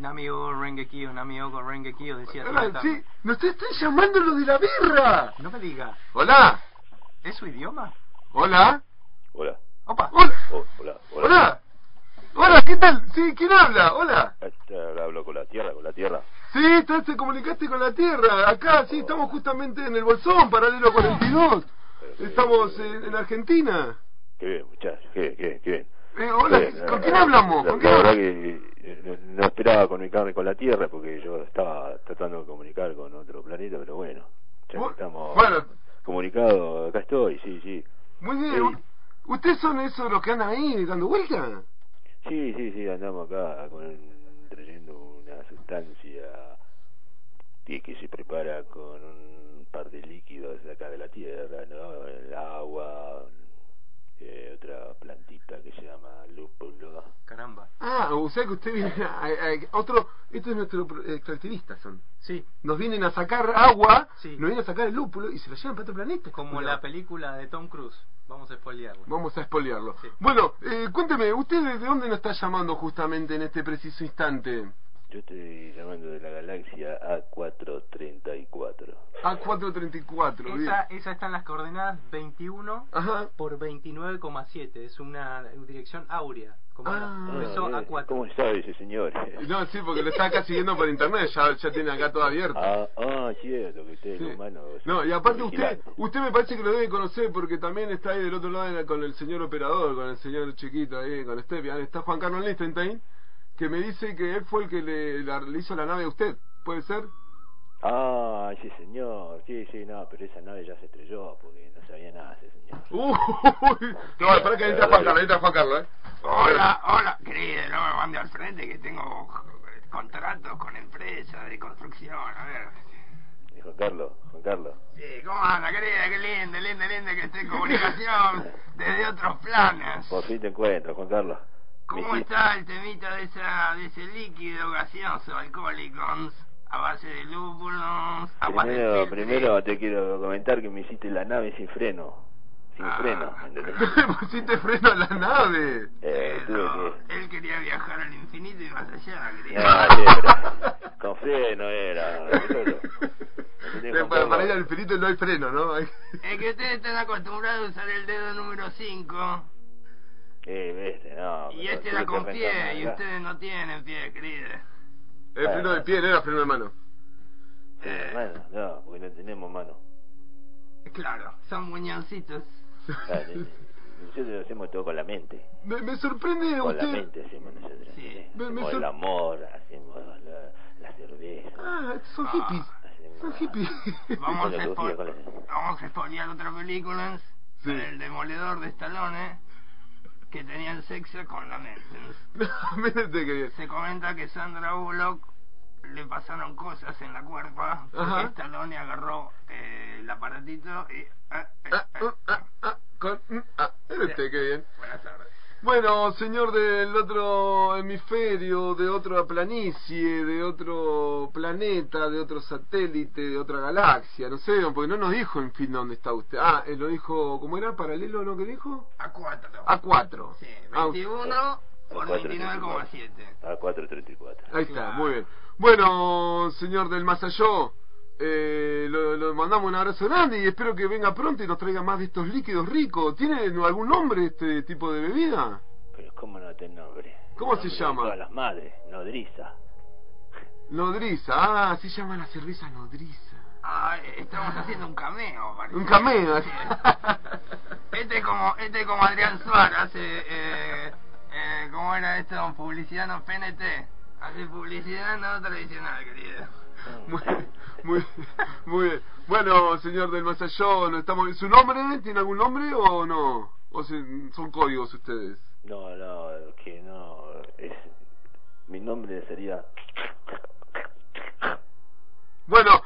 Speaker 2: amigo Rengekio, un amigo con Rengekio,
Speaker 3: Eh,
Speaker 2: decía.
Speaker 10: Pará,
Speaker 2: Tino Tarno.
Speaker 10: sí, ¡Nos están llamando los de la birra!
Speaker 2: No me diga.
Speaker 3: Hola.
Speaker 2: ¿Es su idioma?
Speaker 3: Hola.
Speaker 11: Hola.
Speaker 2: Opa.
Speaker 11: Oh, hola. Hola.
Speaker 3: Hola. Hola, ¿qué tal? Sí, ¿quién habla? Hola.
Speaker 11: Este, hablo con la tierra, con la tierra.
Speaker 3: Sí, te, te comunicaste con la Tierra. Acá, sí, estamos justamente en el Bolsón, paralelo 42. Estamos eh, en, Argentina.
Speaker 11: Qué bien, muchachos. Qué bien, qué bien, qué bien.
Speaker 3: Eh, hola,
Speaker 11: Bien,
Speaker 3: ¿con
Speaker 11: la-
Speaker 3: quién hablamos?
Speaker 11: La,
Speaker 3: ¿Con
Speaker 11: la
Speaker 3: quién
Speaker 11: verdad
Speaker 3: hablamos?
Speaker 11: que eh, no, no esperaba comunicarme con la Tierra porque yo estaba tratando de comunicar con otro planeta, pero bueno, ya que
Speaker 3: Bu-
Speaker 11: estamos
Speaker 3: bueno.
Speaker 11: comunicados, acá estoy, sí, sí.
Speaker 3: Muy bien. ¿Ustedes son esos los que andan ahí dando vueltas?
Speaker 11: Sí, sí, sí, andamos acá con, trayendo una sustancia que, que se prepara con un par de líquidos de acá de la tierra, ¿no? El agua, eh, otra plantita que se llama lúpulo.
Speaker 2: Caramba.
Speaker 3: Ah, o sea que usted viene a, a- a- otro... Estos es nuestros pro- extractivistas son.
Speaker 2: Sí.
Speaker 3: Nos vienen a sacar agua,
Speaker 2: Sí.
Speaker 3: nos vienen a sacar el lúpulo y se lo llevan para otro planeta.
Speaker 2: Como la película de Tom Cruise. Vamos a spoilearla.
Speaker 3: Vamos a espolearlo. Bueno, eh, cuénteme, ¿usted de dónde nos está llamando justamente en este preciso instante?
Speaker 11: Yo estoy llamando de la galaxia A434.
Speaker 3: A434, bien.
Speaker 2: Esa, esa está en las coordenadas 21 por 29,7. Es una dirección áurea. Como la- por eso
Speaker 11: Ah,
Speaker 2: a cuatro.
Speaker 11: ¿Cómo sabe ese señor?
Speaker 3: (laughs) No, sí, porque lo está acá siguiendo por internet, ya, ya tiene acá todo abierto.
Speaker 11: Ah, pues, ah, cierto, que usted es
Speaker 3: Sí.
Speaker 11: humano.
Speaker 3: No, y aparte usted,
Speaker 11: vigilante.
Speaker 3: usted me parece que lo debe conocer porque también está ahí del otro lado en la- con el señor operador, con el señor chiquito ahí, con Estepian. Está Juan Carlos Lichtenstein, que me dice que él fue el que le, la- le hizo la nave a usted. ¿Puede ser?
Speaker 11: Ah, sí, señor. Sí, sí, no, pero esa nave ya se estrelló porque no sabía nada ese señor.
Speaker 3: (laughs) Uy, no, espera que ahí está Juan Carlos, ahí está Juan Carlos, ¿eh?
Speaker 7: Hola, hola, querido, no me mande al frente que tengo eh, contratos con empresas de construcción. A ver,
Speaker 11: Y Juan Carlos, Juan Carlos.
Speaker 7: sí, ¿cómo anda, querida? Qué linda, linda, linda que esté en
Speaker 3: (laughs)
Speaker 7: comunicación desde otros planes.
Speaker 11: Por fin te encuentro, Juan Carlos.
Speaker 7: ¿Cómo está el temita de, esa, de ese líquido gaseoso alcohólico? A base de lúpulos, agua de
Speaker 11: Primero,
Speaker 7: filtro.
Speaker 11: primero te quiero comentar que me hiciste la nave sin freno. Sin
Speaker 7: Ah.
Speaker 11: freno,
Speaker 7: (laughs)
Speaker 11: ¿entendés?
Speaker 3: (laughs) pusiste freno a la nave.
Speaker 11: Eh, tuve que...
Speaker 7: Él quería viajar al infinito y más allá, querido.
Speaker 11: Ah, sí, pero con freno era. boludo.
Speaker 3: Eh, (laughs) Para, para ir al infinito no hay freno, ¿no? Hay-
Speaker 7: (laughs) Es que ustedes están acostumbrados a usar el dedo número 5
Speaker 11: (laughs) Eh, viste, no.
Speaker 7: y
Speaker 11: Ah, pero
Speaker 7: este
Speaker 11: tuve
Speaker 7: era
Speaker 11: que
Speaker 7: con
Speaker 11: arrancar
Speaker 7: pie y
Speaker 11: acá.
Speaker 7: ustedes no tienen pie, querida.
Speaker 3: (laughs) El freno de pie, no era freno de mano.
Speaker 11: Eh, mano, no, porque no tenemos
Speaker 7: (laughs)
Speaker 11: mano.
Speaker 7: Claro, son muñoncitos.
Speaker 11: Dale, Nosotros hacemos todo con la mente.
Speaker 3: Me, me sorprende
Speaker 11: Con la
Speaker 3: usted.
Speaker 11: mente hacemos nosotros.
Speaker 3: Me- me
Speaker 11: Hacemos
Speaker 3: sor-
Speaker 11: el amor, hacemos la, la cerveza.
Speaker 3: Ah, son hippies. Son
Speaker 11: (laughs)
Speaker 3: hippies. (laughs)
Speaker 7: Vamos a,
Speaker 11: Con la
Speaker 7: espo-
Speaker 11: locura, con la-
Speaker 7: vamos a spoilear otra película,
Speaker 3: Sí.
Speaker 7: el demoledor de Stallone, que tenían sexo con la mente.
Speaker 3: Mírate que bien.
Speaker 7: Se comenta que Sandra Bullock le pasaron cosas en la cuerpa,
Speaker 3: Ajá.
Speaker 7: porque Stallone agarró eh, el aparatito y... ah, eh,
Speaker 3: Ah,
Speaker 7: eh,
Speaker 3: uh, ah, ah, con, mm, ah, mírate que bien.
Speaker 7: Buenas tardes.
Speaker 3: Bueno, señor del otro hemisferio, de otra planicie, de otro planeta, de otro satélite, de otra galaxia, no sé, porque no nos dijo en fin dónde está usted. Ah, él lo dijo, ¿cómo era? ¿Paralelo lo que dijo?
Speaker 7: A cuatro.
Speaker 3: A4.
Speaker 7: Sí,
Speaker 3: Ah,
Speaker 7: 21 por
Speaker 11: A cuatro, Ah,
Speaker 7: 29,7.
Speaker 11: A 434.
Speaker 3: Ahí está, muy bien. Bueno, señor del más allá, eh, lo, lo mandamos un abrazo grande y espero que venga pronto y nos traiga más de estos líquidos ricos. ¿Tiene algún nombre este tipo de bebida?
Speaker 11: Pero ¿cómo no te nombre?
Speaker 3: ¿Cómo
Speaker 11: El
Speaker 3: se
Speaker 11: nombre de
Speaker 3: llama?
Speaker 11: Todas las madres, nodriza.
Speaker 3: Nodriza, ah, así llama la cerveza nodriza.
Speaker 7: Ah, eh, estamos haciendo un cameo, parece.
Speaker 3: Un cameo.
Speaker 7: Sí. Este es como, este es como Adrián Suárez hace, eh, eh, ¿cómo era esto? Publicidad no PNT. Hace publicidad no tradicional, querido.
Speaker 3: (laughs) (laughs) Muy, muy, muy bien. Bueno, señor del más allá, no estamos... ¿su nombre? ¿Tiene algún nombre o no? ¿O se- son códigos ustedes?
Speaker 11: No, no, que no. Es... Mi nombre sería.
Speaker 3: Bueno,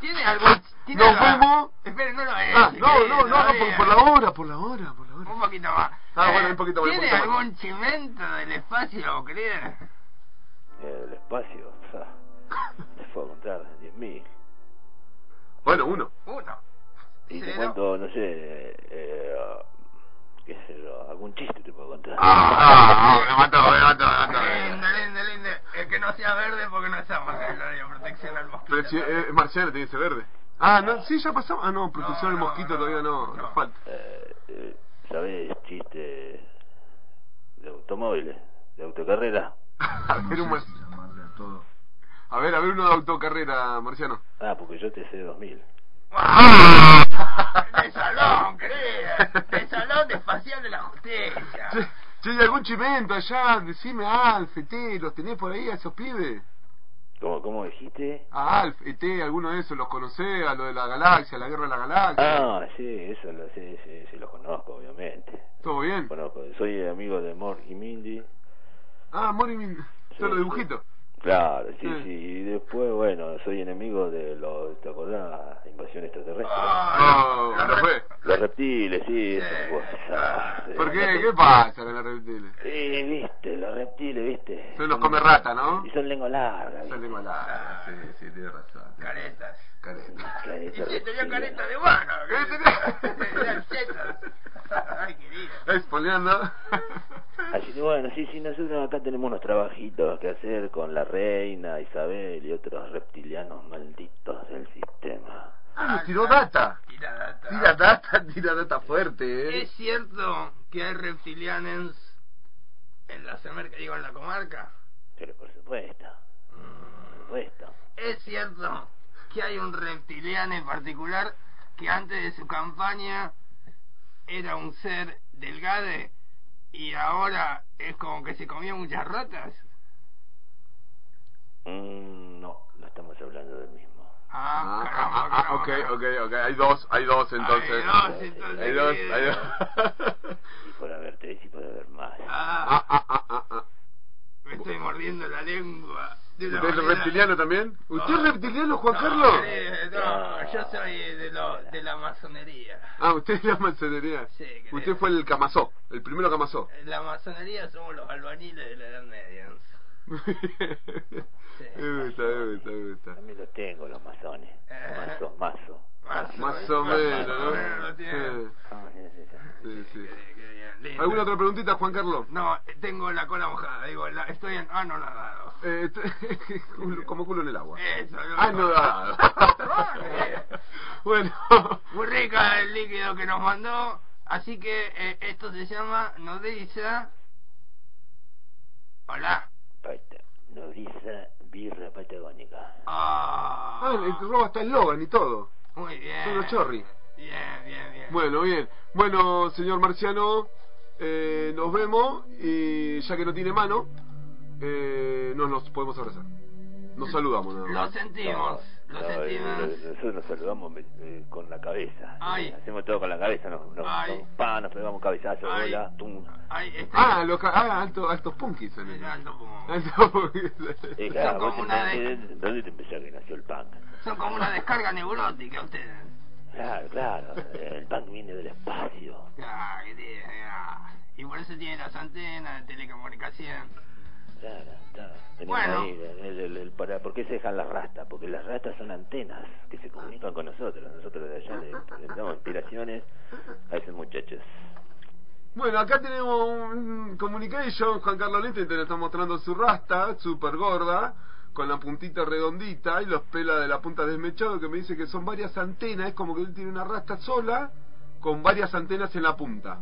Speaker 7: ¿Tiene algún... Tiene
Speaker 3: nos
Speaker 7: algo-
Speaker 3: vemos.
Speaker 7: Espere, no lo es.
Speaker 3: Ah, no, no, no, no, por,
Speaker 7: todavía.
Speaker 3: por la hora, por la hora, por la hora.
Speaker 7: Un poquito más.
Speaker 3: Ah,
Speaker 7: Eh,
Speaker 3: bueno, un poquito más, un
Speaker 7: ¿Tiene
Speaker 3: poquito más.
Speaker 7: algún chimento del espacio, querido?
Speaker 11: El espacio. fa, Te puedo contar 10.000.
Speaker 3: Bueno, uno.
Speaker 7: Uno.
Speaker 11: Y te
Speaker 7: Cero.
Speaker 11: cuento, no sé. Eh, eh, qué sé yo, algún chiste te puedo contar.
Speaker 3: Ah, ah, me ah, mató, me mató, me mató.
Speaker 7: Linda, linda, linda. Es que no hacía verde porque no estamos en el área de protección al mosquito.
Speaker 3: Pero si, eh, Marciano te dice verde. Ah, no, sí, ya pasamos. Ah, no, protección al mosquito todavía no, nos falta. (laughs)
Speaker 11: Eh, eh, ¿Sabés chiste de automóviles? ¿De autocarrera?
Speaker 3: A ver, un mar- a ver, a ver uno de autocarrera, Marciano.
Speaker 11: Ah, porque yo te sé 2000.
Speaker 7: ¡De salón, querida! ¡De salón de espacial de la justicia!
Speaker 3: Che, che, ¿hay algún chimento allá? Decime a Alf, ET, ¿los tenés por ahí a esos pibes?
Speaker 11: ¿Cómo, cómo dijiste?
Speaker 3: A Alf, ET, alguno de esos, ¿los conocés? A lo de la galaxia, la guerra de la galaxia.
Speaker 11: Ah, sí, eso lo sé, sí, sí, los conozco, obviamente.
Speaker 3: ¿Todo bien?
Speaker 11: Conozco, soy amigo de Mor y Mindy.
Speaker 3: Ah, Morimin, son los dibujitos.
Speaker 11: Claro, sí,
Speaker 3: Sí.
Speaker 11: sí, y después, bueno, soy enemigo de los, ¿te acordás? Invasión extraterrestre.
Speaker 3: Oh, ¿lo fue?
Speaker 11: Los reptiles, sí, esas cosas.
Speaker 3: ¿Por qué?
Speaker 11: Eh,
Speaker 3: ¿Qué pasa con los reptiles?
Speaker 11: Sí, viste, los reptiles, viste.
Speaker 3: Son los come rata, ¿no?
Speaker 11: Y son lengua larga.
Speaker 3: Son lengua larga, sí, sí, tienes razón.
Speaker 7: Caretas.
Speaker 3: Caretas.
Speaker 11: Caretas.
Speaker 7: Y se tenía careta de mano.
Speaker 3: (laughs)
Speaker 7: Eran chetas. Ay, querida.
Speaker 3: Espoleando.
Speaker 11: Así que bueno, sí, sí, nosotros acá tenemos unos trabajitos que hacer con la reina Isabel y otros reptilianos malditos del sistema.
Speaker 3: Ah, nos tiró data.
Speaker 7: Tira data.
Speaker 3: Tira data, tira data fuerte,
Speaker 7: Ah, ¿Es
Speaker 3: eh.
Speaker 7: cierto que hay reptilianos en la semerca, digo, en la comarca?
Speaker 11: Pero por supuesto, por supuesto.
Speaker 7: ¿Es cierto que hay un reptiliano en particular que antes de su campaña era un ser delgade y ahora es como que se comió muchas ratas?
Speaker 11: Mm, no, no estamos hablando del mismo.
Speaker 7: Ah,
Speaker 3: Ah,
Speaker 7: caramba,
Speaker 3: ah, ah, ah, ok, ok, ok. Hay dos, hay dos entonces.
Speaker 7: Hay dos, entonces, eh,
Speaker 3: Hay dos,
Speaker 7: ¿qué?
Speaker 3: hay dos.
Speaker 11: Y por haber tres y por haber más.
Speaker 7: ah,
Speaker 3: Ah, ah, ah, ah, ah.
Speaker 7: me estoy mordiendo la lengua. de una
Speaker 3: ¿Usted es
Speaker 7: manera-
Speaker 3: reptiliano también? ¿Usted es
Speaker 7: No.
Speaker 3: reptiliano, Juan
Speaker 7: No,
Speaker 3: Carlos?
Speaker 7: querido, No, yo soy de, lo, de la masonería.
Speaker 3: Ah, usted (laughs) es la masonería.
Speaker 7: Sí, querido.
Speaker 3: Usted fue el camazó, el primero camazó.
Speaker 7: La masonería somos los albañiles de la Edad Media.
Speaker 3: me gusta, (laughs) me gusta, me gusta.
Speaker 11: También los tengo, los masones.
Speaker 7: Eh.
Speaker 11: Mazo, mazo.
Speaker 7: Más,
Speaker 3: Más o menos, ¿no?
Speaker 7: lo tiene.
Speaker 3: Sí,
Speaker 11: Ah, sí, sí, sí.
Speaker 3: sí, sí.
Speaker 7: Qué- qué bien, lindo.
Speaker 3: ¿Alguna otra preguntita, Juan Carlos?
Speaker 7: No, eh, tengo la cola mojada. Digo, la- estoy en anonadado.
Speaker 3: Eh, t- (laughs) culo- como culo en el agua.
Speaker 7: Eso. lo-
Speaker 3: Ah, no, ah. (laughs) Bueno,
Speaker 7: (laughs) Muy rica el líquido que nos mandó. Así que eh, esto se llama Nodriza. Hola.
Speaker 11: Ahí está. Nodriza birra patagónica.
Speaker 3: ah,
Speaker 7: Ah,
Speaker 3: le roba hasta el Logan y todo.
Speaker 7: muy bien.
Speaker 3: Son los chorri.
Speaker 7: Bien, bien, bien.
Speaker 3: Bueno, bien. Bueno, señor Marciano, eh, nos vemos y ya que no tiene mano, eh, nos, nos podemos abrazar. Nos saludamos. nada
Speaker 7: Lo
Speaker 3: más.
Speaker 7: sentimos, lo
Speaker 11: No, no, eh,
Speaker 7: sentimos.
Speaker 11: no, Nosotros nos saludamos eh, con la cabeza. Eh,
Speaker 7: Ay.
Speaker 11: Hacemos todo con la cabeza. Nos, nos,
Speaker 7: Ay.
Speaker 11: nos, pa, nos pegamos cabezazo,
Speaker 7: Ay.
Speaker 11: bola, tum.
Speaker 7: Ahí está.
Speaker 3: Ah, los, ca- ah alto, altos punkis. son ellos.
Speaker 7: este, Mirando como-
Speaker 3: Altos punkis.
Speaker 11: Eh, claro,
Speaker 7: como
Speaker 11: vos
Speaker 7: una de-
Speaker 11: entendés ¿Dónde te empezás que nació el punk?
Speaker 7: Son como una descarga neurótica ustedes.
Speaker 11: Claro, claro. el punk viene del espacio.
Speaker 7: Ah, qué tía, ah. Y por eso tienen las antenas de telecomunicación.
Speaker 11: Claro, claro. Tenemos
Speaker 7: Bueno.
Speaker 11: ahí el- el- el- para, ¿Por qué se dejan las rastas? Porque las rastas son antenas que se comunican con nosotros. Nosotros de allá le, le damos inspiraciones a esos muchachos.
Speaker 3: Bueno, acá tenemos un communication, Juan Carlos Lente te lo está mostrando su rasta, super gorda, con la puntita redondita y los pelas de la punta desmechado que me dice que son varias antenas, es como que él tiene una rasta sola con varias antenas en la punta.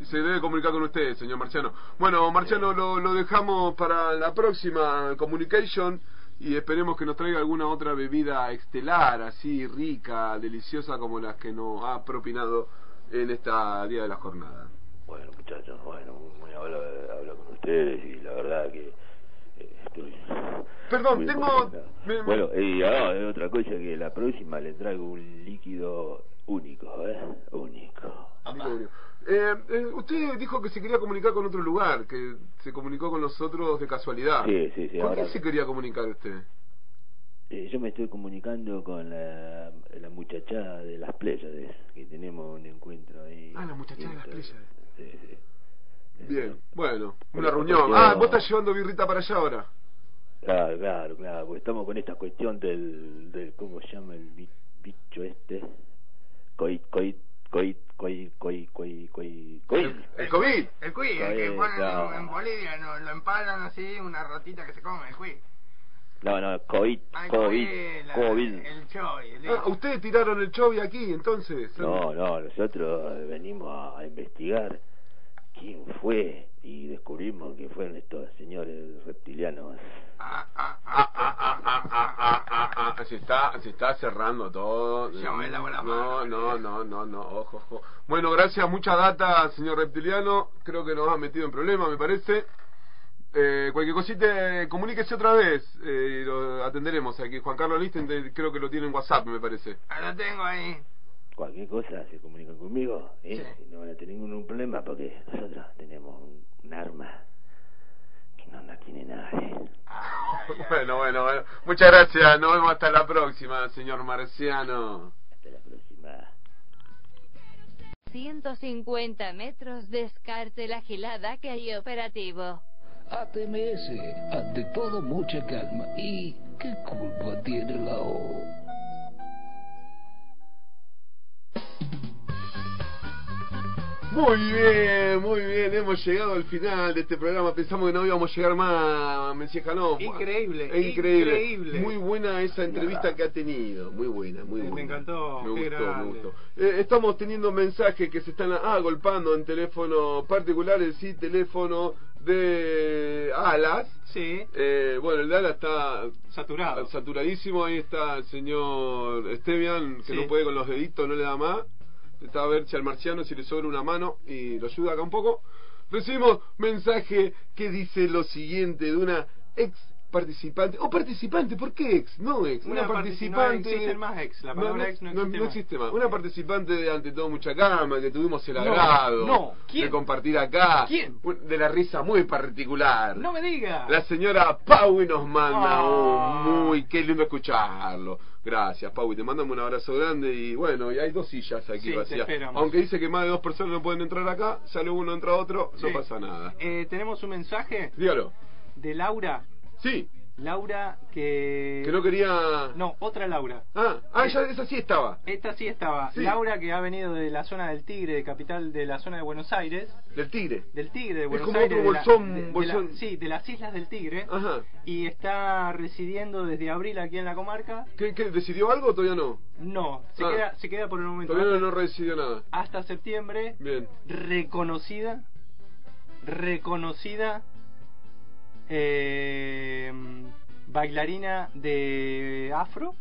Speaker 3: Y se debe comunicar con ustedes, señor Marciano. Bueno, Marciano, lo, lo dejamos para la próxima communication y esperemos que nos traiga alguna otra bebida estelar, así rica, deliciosa como las que nos ha propinado en esta día de la jornada.
Speaker 11: Bueno, muchachos, bueno, muy hablo, hablo con ustedes y la verdad que eh, estoy.
Speaker 3: Perdón,
Speaker 11: muy
Speaker 3: tengo-
Speaker 11: emocionado.
Speaker 3: me-
Speaker 11: Bueno, y ah, hay otra cosa que la próxima le traigo un líquido único, ¿eh? Único.
Speaker 3: Eh, eh, usted dijo que se quería comunicar con otro lugar, que se comunicó con nosotros de casualidad.
Speaker 11: Sí, sí, sí,
Speaker 3: ¿Con
Speaker 11: ahora-
Speaker 3: qué se quería comunicar usted?
Speaker 11: Eh, yo me estoy comunicando con la, la muchachada de las Pléyades, que tenemos un encuentro ahí. eh,
Speaker 3: Ah, la muchachada de las Pléyades.
Speaker 11: Sí, sí.
Speaker 3: Bien, bueno, una
Speaker 11: Pero
Speaker 3: reunión.
Speaker 11: yo-
Speaker 3: Ah, vos estás llevando birrita para allá ahora.
Speaker 11: Claro, claro, claro, porque estamos con esta cuestión del, del ¿cómo se llama el bi- bicho este? Coit, coit, Coit, coit, coit, coit, coit, coit.
Speaker 3: El COVID.
Speaker 7: El cuy, el que
Speaker 11: Coit,
Speaker 7: ponen
Speaker 11: no.
Speaker 7: en- en Bolivia, no, lo empalan así, una rotita que se come, el cuy.
Speaker 11: No, no, coit,
Speaker 7: Ay,
Speaker 11: covid,
Speaker 7: la-
Speaker 11: covid.
Speaker 7: El choy, el
Speaker 3: Ah, ustedes tiraron el chovi aquí, entonces.
Speaker 11: No, no, nosotros venimos a investigar quién fue y descubrimos que fueron estos señores reptilianos.
Speaker 3: Ah, ah, ah, ah, ah, ah, ah, ah, Se está, se está cerrando todo.
Speaker 7: Yo me lavo las
Speaker 3: no, no, no, no, no, ojo, ojo. Bueno, gracias, mucha data, señor reptiliano. Creo que nos ha metido en problemas, me parece. Eh, cualquier cosita, eh, comuníquese otra vez. Eh, y lo atenderemos aquí. Juan Carlos Listen, te- creo que lo tiene en WhatsApp, me parece.
Speaker 7: Ah, Lo tengo ahí.
Speaker 11: Cualquier cosa se comunican conmigo, ¿eh? No van a tener ningún problema porque nosotros tenemos un, un arma que no nos tiene nadie.
Speaker 3: (laughs) Bueno, bueno, bueno. Muchas gracias. Nos vemos hasta la próxima, señor Marciano.
Speaker 11: Hasta la próxima.
Speaker 12: 150 metros descarte la gilada que hay operativo.
Speaker 1: ATMS, ante todo mucha calma. ¿Y qué culpa tiene la O?
Speaker 3: Muy bien, muy bien, hemos llegado al final de este programa. Pensamos que no íbamos a llegar más, Messi Janó.
Speaker 2: Increíble,
Speaker 3: increíble,
Speaker 2: increíble.
Speaker 3: Muy buena esa entrevista que ha tenido, muy buena, muy buena.
Speaker 2: Me encantó,
Speaker 3: Me
Speaker 2: qué
Speaker 3: gustó,
Speaker 2: grande.
Speaker 3: me gustó. Eh, estamos teniendo mensajes que se están ah, agolpando en teléfonos particulares y teléfono de Alas.
Speaker 2: Sí.
Speaker 3: Eh, bueno, el de Alas está
Speaker 2: saturado.
Speaker 3: Saturadísimo. Ahí está el señor Estevian, que
Speaker 2: Sí.
Speaker 3: no puede con los deditos, no le da más. Está a ver si al marciano si le sobra una mano y lo ayuda acá un poco. Recibimos mensaje que dice lo siguiente de una ex participante. O participante, ¿por qué ex? No ex. Una,
Speaker 2: Una partici- no
Speaker 3: participante.
Speaker 2: existen más ex, la palabra ex no existe más.
Speaker 3: más. Una participante de ante todo mucha calma, que tuvimos el
Speaker 2: No,
Speaker 3: agrado
Speaker 2: no,
Speaker 3: de compartir acá.
Speaker 2: ¿Quién?
Speaker 3: Un- De la risa muy particular.
Speaker 2: No me diga.
Speaker 3: La señora Paui nos
Speaker 2: Ah.
Speaker 3: manda un muy qué lindo escucharlo. Gracias, Paui, te mandamos un abrazo grande y bueno, y hay dos sillas aquí
Speaker 2: Sí, te
Speaker 3: vacías.
Speaker 2: esperamos.
Speaker 3: Aunque dice que más de dos personas no pueden entrar acá, sale uno, entra otro, no pasa nada.
Speaker 2: Eh, tenemos un mensaje
Speaker 3: Dígalo.
Speaker 2: de Laura.
Speaker 3: Sí.
Speaker 2: Laura que...
Speaker 3: Que no quería
Speaker 2: No, otra Laura.
Speaker 3: Ah, ah, ella esa sí estaba.
Speaker 2: Esta sí estaba.
Speaker 3: Sí.
Speaker 2: Laura que ha venido de la zona del Tigre, de capital de la zona de Buenos Aires.
Speaker 3: Del Tigre.
Speaker 2: Del Tigre de
Speaker 3: Es
Speaker 2: Buenos
Speaker 3: como
Speaker 2: Aires.
Speaker 3: otro
Speaker 2: de la-
Speaker 3: bolsón,
Speaker 2: de- de la-
Speaker 3: bolsón. Ah.
Speaker 2: sí, de las Islas del Tigre.
Speaker 3: Ajá.
Speaker 2: Y está residiendo desde abril aquí en la comarca.
Speaker 3: ¿Qué, qué, decidió algo o todavía no?
Speaker 2: No, se,
Speaker 3: Ah.
Speaker 2: queda, se queda por el momento.
Speaker 3: Todavía no,
Speaker 2: Hasta-
Speaker 3: no recibió nada.
Speaker 2: Hasta septiembre.
Speaker 3: Bien.
Speaker 2: reconocida, reconocida eh, bailarina de afro,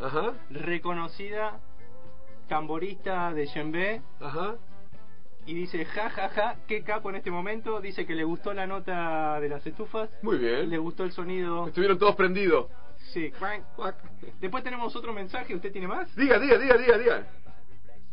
Speaker 3: Ajá.
Speaker 2: reconocida tamborista de djembe.
Speaker 3: Ajá.
Speaker 2: Y dice, ja, ja, ja, qué capo en este momento. Dice que le gustó la nota de las estufas.
Speaker 3: Muy bien.
Speaker 2: Le gustó el sonido.
Speaker 3: Estuvieron todos prendidos.
Speaker 2: Sí, cuac, cuac. Después tenemos otro mensaje. ¿Usted tiene más?
Speaker 3: Diga, diga, diga, diga, diga.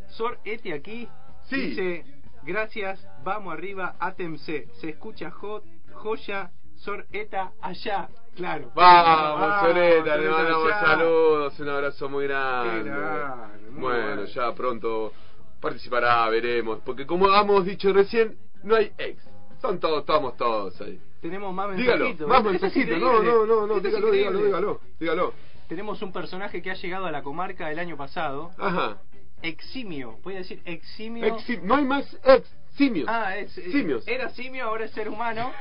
Speaker 2: Sor Eti aquí
Speaker 3: Sí.
Speaker 2: dice, gracias, vamos arriba, ATMC. Se escucha jo- joya, Sor Eta allá, claro.
Speaker 3: Vamos, Soreta, le
Speaker 2: Soreta,
Speaker 3: mandamos
Speaker 2: allá.
Speaker 3: saludos, un abrazo muy
Speaker 2: Qué
Speaker 3: grande.
Speaker 2: grande, muy
Speaker 3: bueno,
Speaker 2: bueno.
Speaker 3: ya pronto participará, veremos, porque como hemos dicho recién, no hay ex, son todos, estamos todos ahí.
Speaker 2: Tenemos más mensajitos.
Speaker 3: Dígalo, más
Speaker 2: Esto es
Speaker 3: mensajitos, no,
Speaker 2: increíble.
Speaker 3: no, no,
Speaker 2: Esto
Speaker 3: no,
Speaker 2: es
Speaker 3: dígalo, dígalo,
Speaker 2: increíble.
Speaker 3: dígalo, dígalo.
Speaker 2: Tenemos un personaje que ha llegado a la comarca el año pasado,
Speaker 3: Ajá.
Speaker 2: eximio, voy a decir eximio.
Speaker 3: Exi- no hay más ex, simios.
Speaker 2: Ah, es, eh,
Speaker 3: Simios.
Speaker 2: Era simio, ahora es ser
Speaker 3: (laughs)
Speaker 2: humano,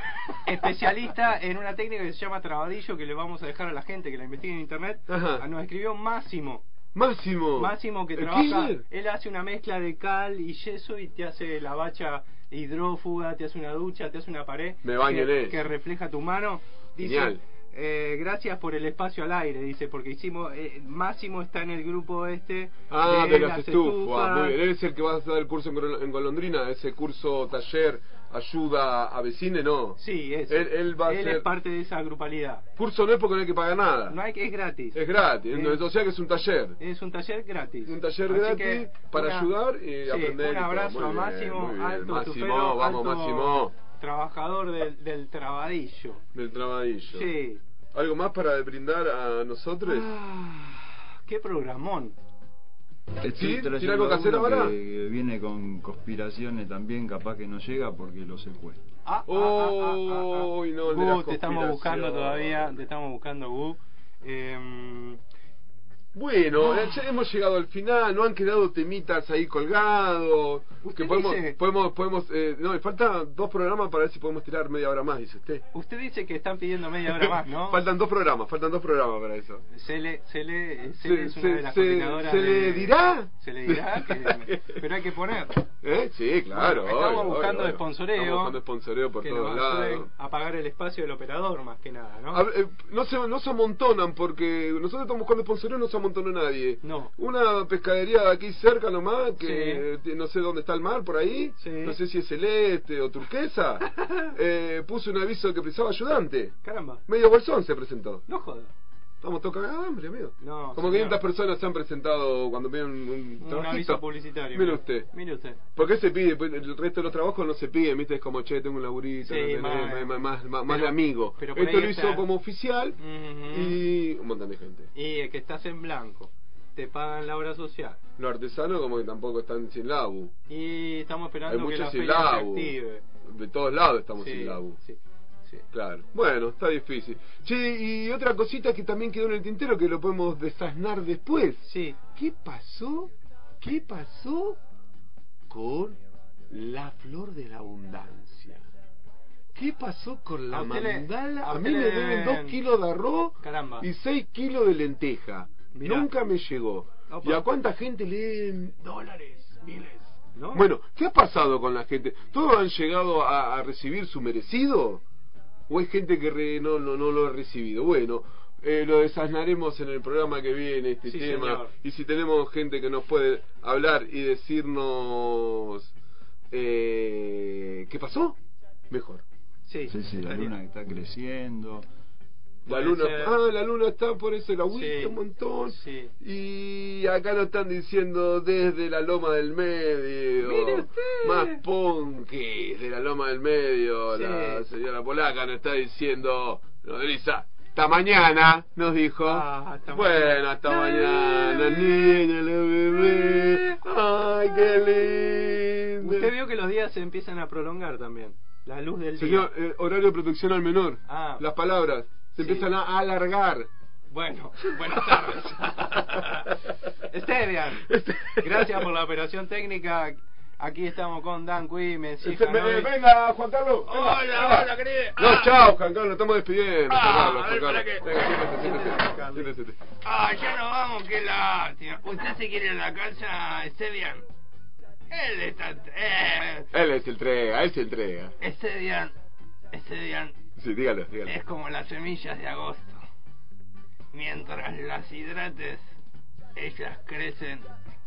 Speaker 2: especialista en una técnica que se llama trabadillo, que le vamos a dejar a la gente que la investigue en internet.
Speaker 3: Ajá.
Speaker 2: Ah, Nos escribió Máximo.
Speaker 3: Máximo. Eh,
Speaker 2: Máximo que
Speaker 3: ¿El
Speaker 2: trabaja,
Speaker 3: killer?
Speaker 2: él hace una mezcla de cal y yeso y te hace la bacha hidrófuga, te hace una ducha, te hace una pared
Speaker 3: Me baño en
Speaker 2: que,
Speaker 3: eso.
Speaker 2: que refleja tu mano. Dice,
Speaker 3: Genial.
Speaker 2: eh, gracias por el espacio al aire, dice, porque hicimos, eh, Máximo está en el grupo este.
Speaker 3: Ah, de las estufas.
Speaker 2: estufas.
Speaker 3: Muy bien. ¿Es el que vas a dar el curso en, Colo- en Golondrina? ¿Ese curso, taller, ayuda a vecine? No.
Speaker 2: Sí, es.
Speaker 3: Él, él va a hacer-
Speaker 2: es parte de esa grupalidad.
Speaker 3: Curso no es porque no hay que pagar nada.
Speaker 2: No hay que, es gratis.
Speaker 3: Es gratis.
Speaker 2: Es-
Speaker 3: entonces, o sea que es un taller.
Speaker 2: Es un taller gratis.
Speaker 3: Un taller
Speaker 2: Así
Speaker 3: gratis
Speaker 2: que
Speaker 3: para
Speaker 2: una-
Speaker 3: ayudar y
Speaker 2: sí,
Speaker 3: aprender. y
Speaker 2: Un
Speaker 3: todo.
Speaker 2: abrazo
Speaker 3: Muy
Speaker 2: a
Speaker 3: bien,
Speaker 2: Máximo,
Speaker 3: muy bien.
Speaker 2: alto
Speaker 3: Máximo,
Speaker 2: tufero,
Speaker 3: vamos,
Speaker 2: alto
Speaker 3: Máximo.
Speaker 2: Trabajador del, del trabadillo.
Speaker 3: Del trabadillo.
Speaker 2: Sí. Ah.
Speaker 3: ¿Algo más para brindar a nosotros?
Speaker 2: Qué programón.
Speaker 4: Este
Speaker 3: ¿Sí?
Speaker 4: trayendo
Speaker 3: ¿Tiene algo que
Speaker 4: a
Speaker 3: hacer
Speaker 4: uno
Speaker 3: ahora?
Speaker 4: que viene con conspiraciones también, capaz que no llega porque lo secuestra.
Speaker 2: Ah, ah,
Speaker 3: Oh,
Speaker 2: ah, ah, ah.
Speaker 3: no, el de
Speaker 2: Gu,
Speaker 3: las
Speaker 2: te estamos
Speaker 3: conspiraciones.
Speaker 2: buscando todavía, te estamos buscando, Gu. Em,
Speaker 3: Bueno, eh, ya hemos llegado al final, no han quedado temitas ahí colgados. Que podemos,
Speaker 2: dice-
Speaker 3: podemos, podemos, eh, no, y faltan dos programas para ver si podemos tirar media hora más, dice usted.
Speaker 2: Usted dice que están pidiendo media hora más, ¿no?
Speaker 3: (laughs) faltan dos programas, faltan dos programas para eso.
Speaker 2: Se le, se le, se,
Speaker 3: Se-
Speaker 2: le eh, es una
Speaker 3: se-
Speaker 2: de las
Speaker 3: se-
Speaker 2: coordinadoras
Speaker 3: ¿se le
Speaker 2: de-
Speaker 3: dirá?
Speaker 2: Se le dirá,
Speaker 3: (laughs)
Speaker 2: que- pero hay que poner.
Speaker 3: ¿Eh? Sí, claro.
Speaker 2: Bueno, estamos
Speaker 3: obvio,
Speaker 2: buscando
Speaker 3: obvio, obvio.
Speaker 2: sponsoreo.
Speaker 3: Estamos buscando sponsoreo por
Speaker 2: que nos
Speaker 3: todos
Speaker 2: ayuden
Speaker 3: lados.
Speaker 2: a pagar el espacio del operador, más que nada, ¿no?
Speaker 3: Hab- eh, No se, no se amontonan porque nosotros estamos buscando sponsoreo no se amontonó nadie.
Speaker 2: No.
Speaker 3: Una pescadería de aquí cerca nomás, que eh, no sé dónde está el mar por ahí, no sé si es celeste
Speaker 2: (laughs)
Speaker 3: o turquesa, eh, puso un aviso que precisaba ayudante.
Speaker 2: Caramba.
Speaker 3: Medio bolsón se presentó.
Speaker 2: No joda.
Speaker 3: Estamos todos cagados de hambre, amigo.
Speaker 2: No.
Speaker 3: Como
Speaker 2: señor.
Speaker 3: 500 personas se han presentado cuando piden un, un
Speaker 2: Un
Speaker 3: trabajito. (laughs)
Speaker 2: aviso publicitario.
Speaker 3: Mire usted.
Speaker 2: Mire usted.
Speaker 3: ¿Por qué se pide? Pues El resto de los trabajos no se piden, ¿viste? Es como, che, tengo un laburito,
Speaker 2: Sí,
Speaker 3: ¿entendés?
Speaker 2: más-
Speaker 3: más, más, más, más
Speaker 2: pero-
Speaker 3: de amigo.
Speaker 2: pero por
Speaker 3: Esto
Speaker 2: ahí
Speaker 3: lo
Speaker 2: está.
Speaker 3: hizo como oficial
Speaker 2: Ujú.
Speaker 3: y un montón de gente.
Speaker 2: Y el que estás en blanco. Te pagan la obra social.
Speaker 3: Los artesanos como que tampoco están sin labu.
Speaker 2: Y estamos
Speaker 3: Hay
Speaker 2: esperando que la
Speaker 3: muchos sin
Speaker 2: feria se
Speaker 3: labu.
Speaker 2: active.
Speaker 3: De todos lados estamos
Speaker 2: Sí,
Speaker 3: sin labu.
Speaker 2: sí, sí.
Speaker 3: Claro. Bueno, está difícil. Che, y otra cosita que también quedó en el tintero que lo podemos desasnar después.
Speaker 2: Sí.
Speaker 3: ¿Qué pasó? ¿Qué pasó con la flor de la abundancia? ¿Qué pasó con la
Speaker 2: A usted le-
Speaker 3: mandala?
Speaker 2: a
Speaker 3: A mí
Speaker 2: usted
Speaker 3: me
Speaker 2: le
Speaker 3: deben
Speaker 2: deben-
Speaker 3: 2 kilos de arroz
Speaker 2: Caramba.
Speaker 3: y 6 kilos de lenteja.
Speaker 2: Mirá.
Speaker 3: Nunca me llegó.
Speaker 2: Opa.
Speaker 3: ¿Y a cuánta gente le deben dólares, miles?
Speaker 2: ¿No?
Speaker 3: Bueno, ¿qué ha pasado con la gente? ¿Todos han llegado a, a recibir su merecido? ¿O hay gente que re- no, no, no lo ha recibido? Bueno, eh, lo desasnaremos en el programa que viene este
Speaker 2: Sí,
Speaker 3: tema.
Speaker 2: señor.
Speaker 3: Y si tenemos gente que nos puede hablar y decirnos eh, qué pasó, mejor.
Speaker 2: Sí.
Speaker 4: Sí, sí, la luna que está creciendo.
Speaker 3: La
Speaker 4: Puede
Speaker 3: luna,
Speaker 4: ser.
Speaker 3: ah, la luna está por eso, la agüita
Speaker 2: Sí.
Speaker 3: un montón.
Speaker 2: Sí.
Speaker 3: Y acá nos están diciendo desde la loma del medio.
Speaker 2: Mire usted.
Speaker 3: Más punkis de la loma del medio.
Speaker 2: Sí.
Speaker 3: La señora polaca nos está diciendo. Nodriza, hasta mañana, nos dijo.
Speaker 2: Ah,
Speaker 3: bueno, hasta mañana, niña, la bebé. Ay, qué lindo.
Speaker 2: Usted vio que los días se empiezan a prolongar también. La luz del
Speaker 3: Señor,
Speaker 2: día.
Speaker 3: eh, horario de protección al menor.
Speaker 2: Ah.
Speaker 3: Las palabras
Speaker 2: Sí.
Speaker 3: se empiezan a alargar.
Speaker 2: Bueno, buenas tardes.
Speaker 7: (laughs) Este
Speaker 2: Esteban, gracias por la operación técnica. Aquí estamos con Dan Cui, Mencía.
Speaker 3: Este, ve- venga, Juan Carlos. venga, venga. Ah,
Speaker 7: querido.
Speaker 3: No, chao, Juan Carlos, estamos despidiendo. Juan
Speaker 7: Ah,
Speaker 3: Carlos,
Speaker 7: a ver,
Speaker 3: Juan Carlos.
Speaker 7: espera que-
Speaker 3: Venga, siéntese, siéntese, siéntese.
Speaker 7: Ah, ya nos vamos, qué lástima. ¿Usted se quiere ir a la cancha, Esteban? Él está... Eh,
Speaker 3: Él es el entrega, él se entrega.
Speaker 7: Esteban, Esteban
Speaker 3: Sí, dígalo, dígalo.
Speaker 7: es como las semillas de agosto. Mientras las hidrates, ellas crecen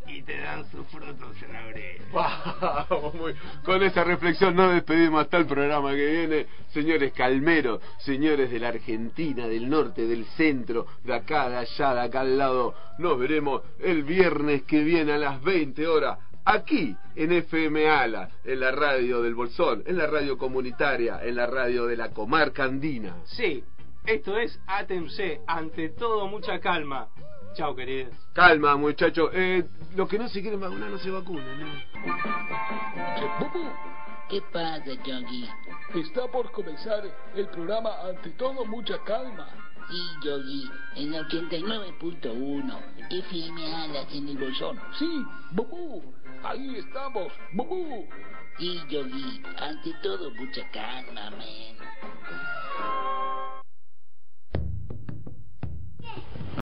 Speaker 7: y te dan sus frutos en abril.
Speaker 3: Vamos, muy- Con esa reflexión nos despedimos hasta el programa que viene. Señores calmeros, señores de la Argentina, del norte, del centro, de acá, de allá, de acá al lado. Nos veremos el viernes que viene a las 20 horas. Aquí en FM Ala, en la radio del Bolsón, en la radio comunitaria, en la radio de la comarca andina.
Speaker 2: Sí, esto es ATMC. Ante todo, mucha calma. Chao, queridos.
Speaker 3: Calma, muchachos. Eh, los que no se quieren vacunar no se vacunan.
Speaker 13: ¿Qué pasa, Yogi? Está por comenzar el programa Ante todo, mucha calma. Sí, Yogi, en 89.1, FM Alas en el Bolsón. Sí, Bubú, ahí estamos, Bubú. Sí, Yogi, ante todo, mucha calma, man.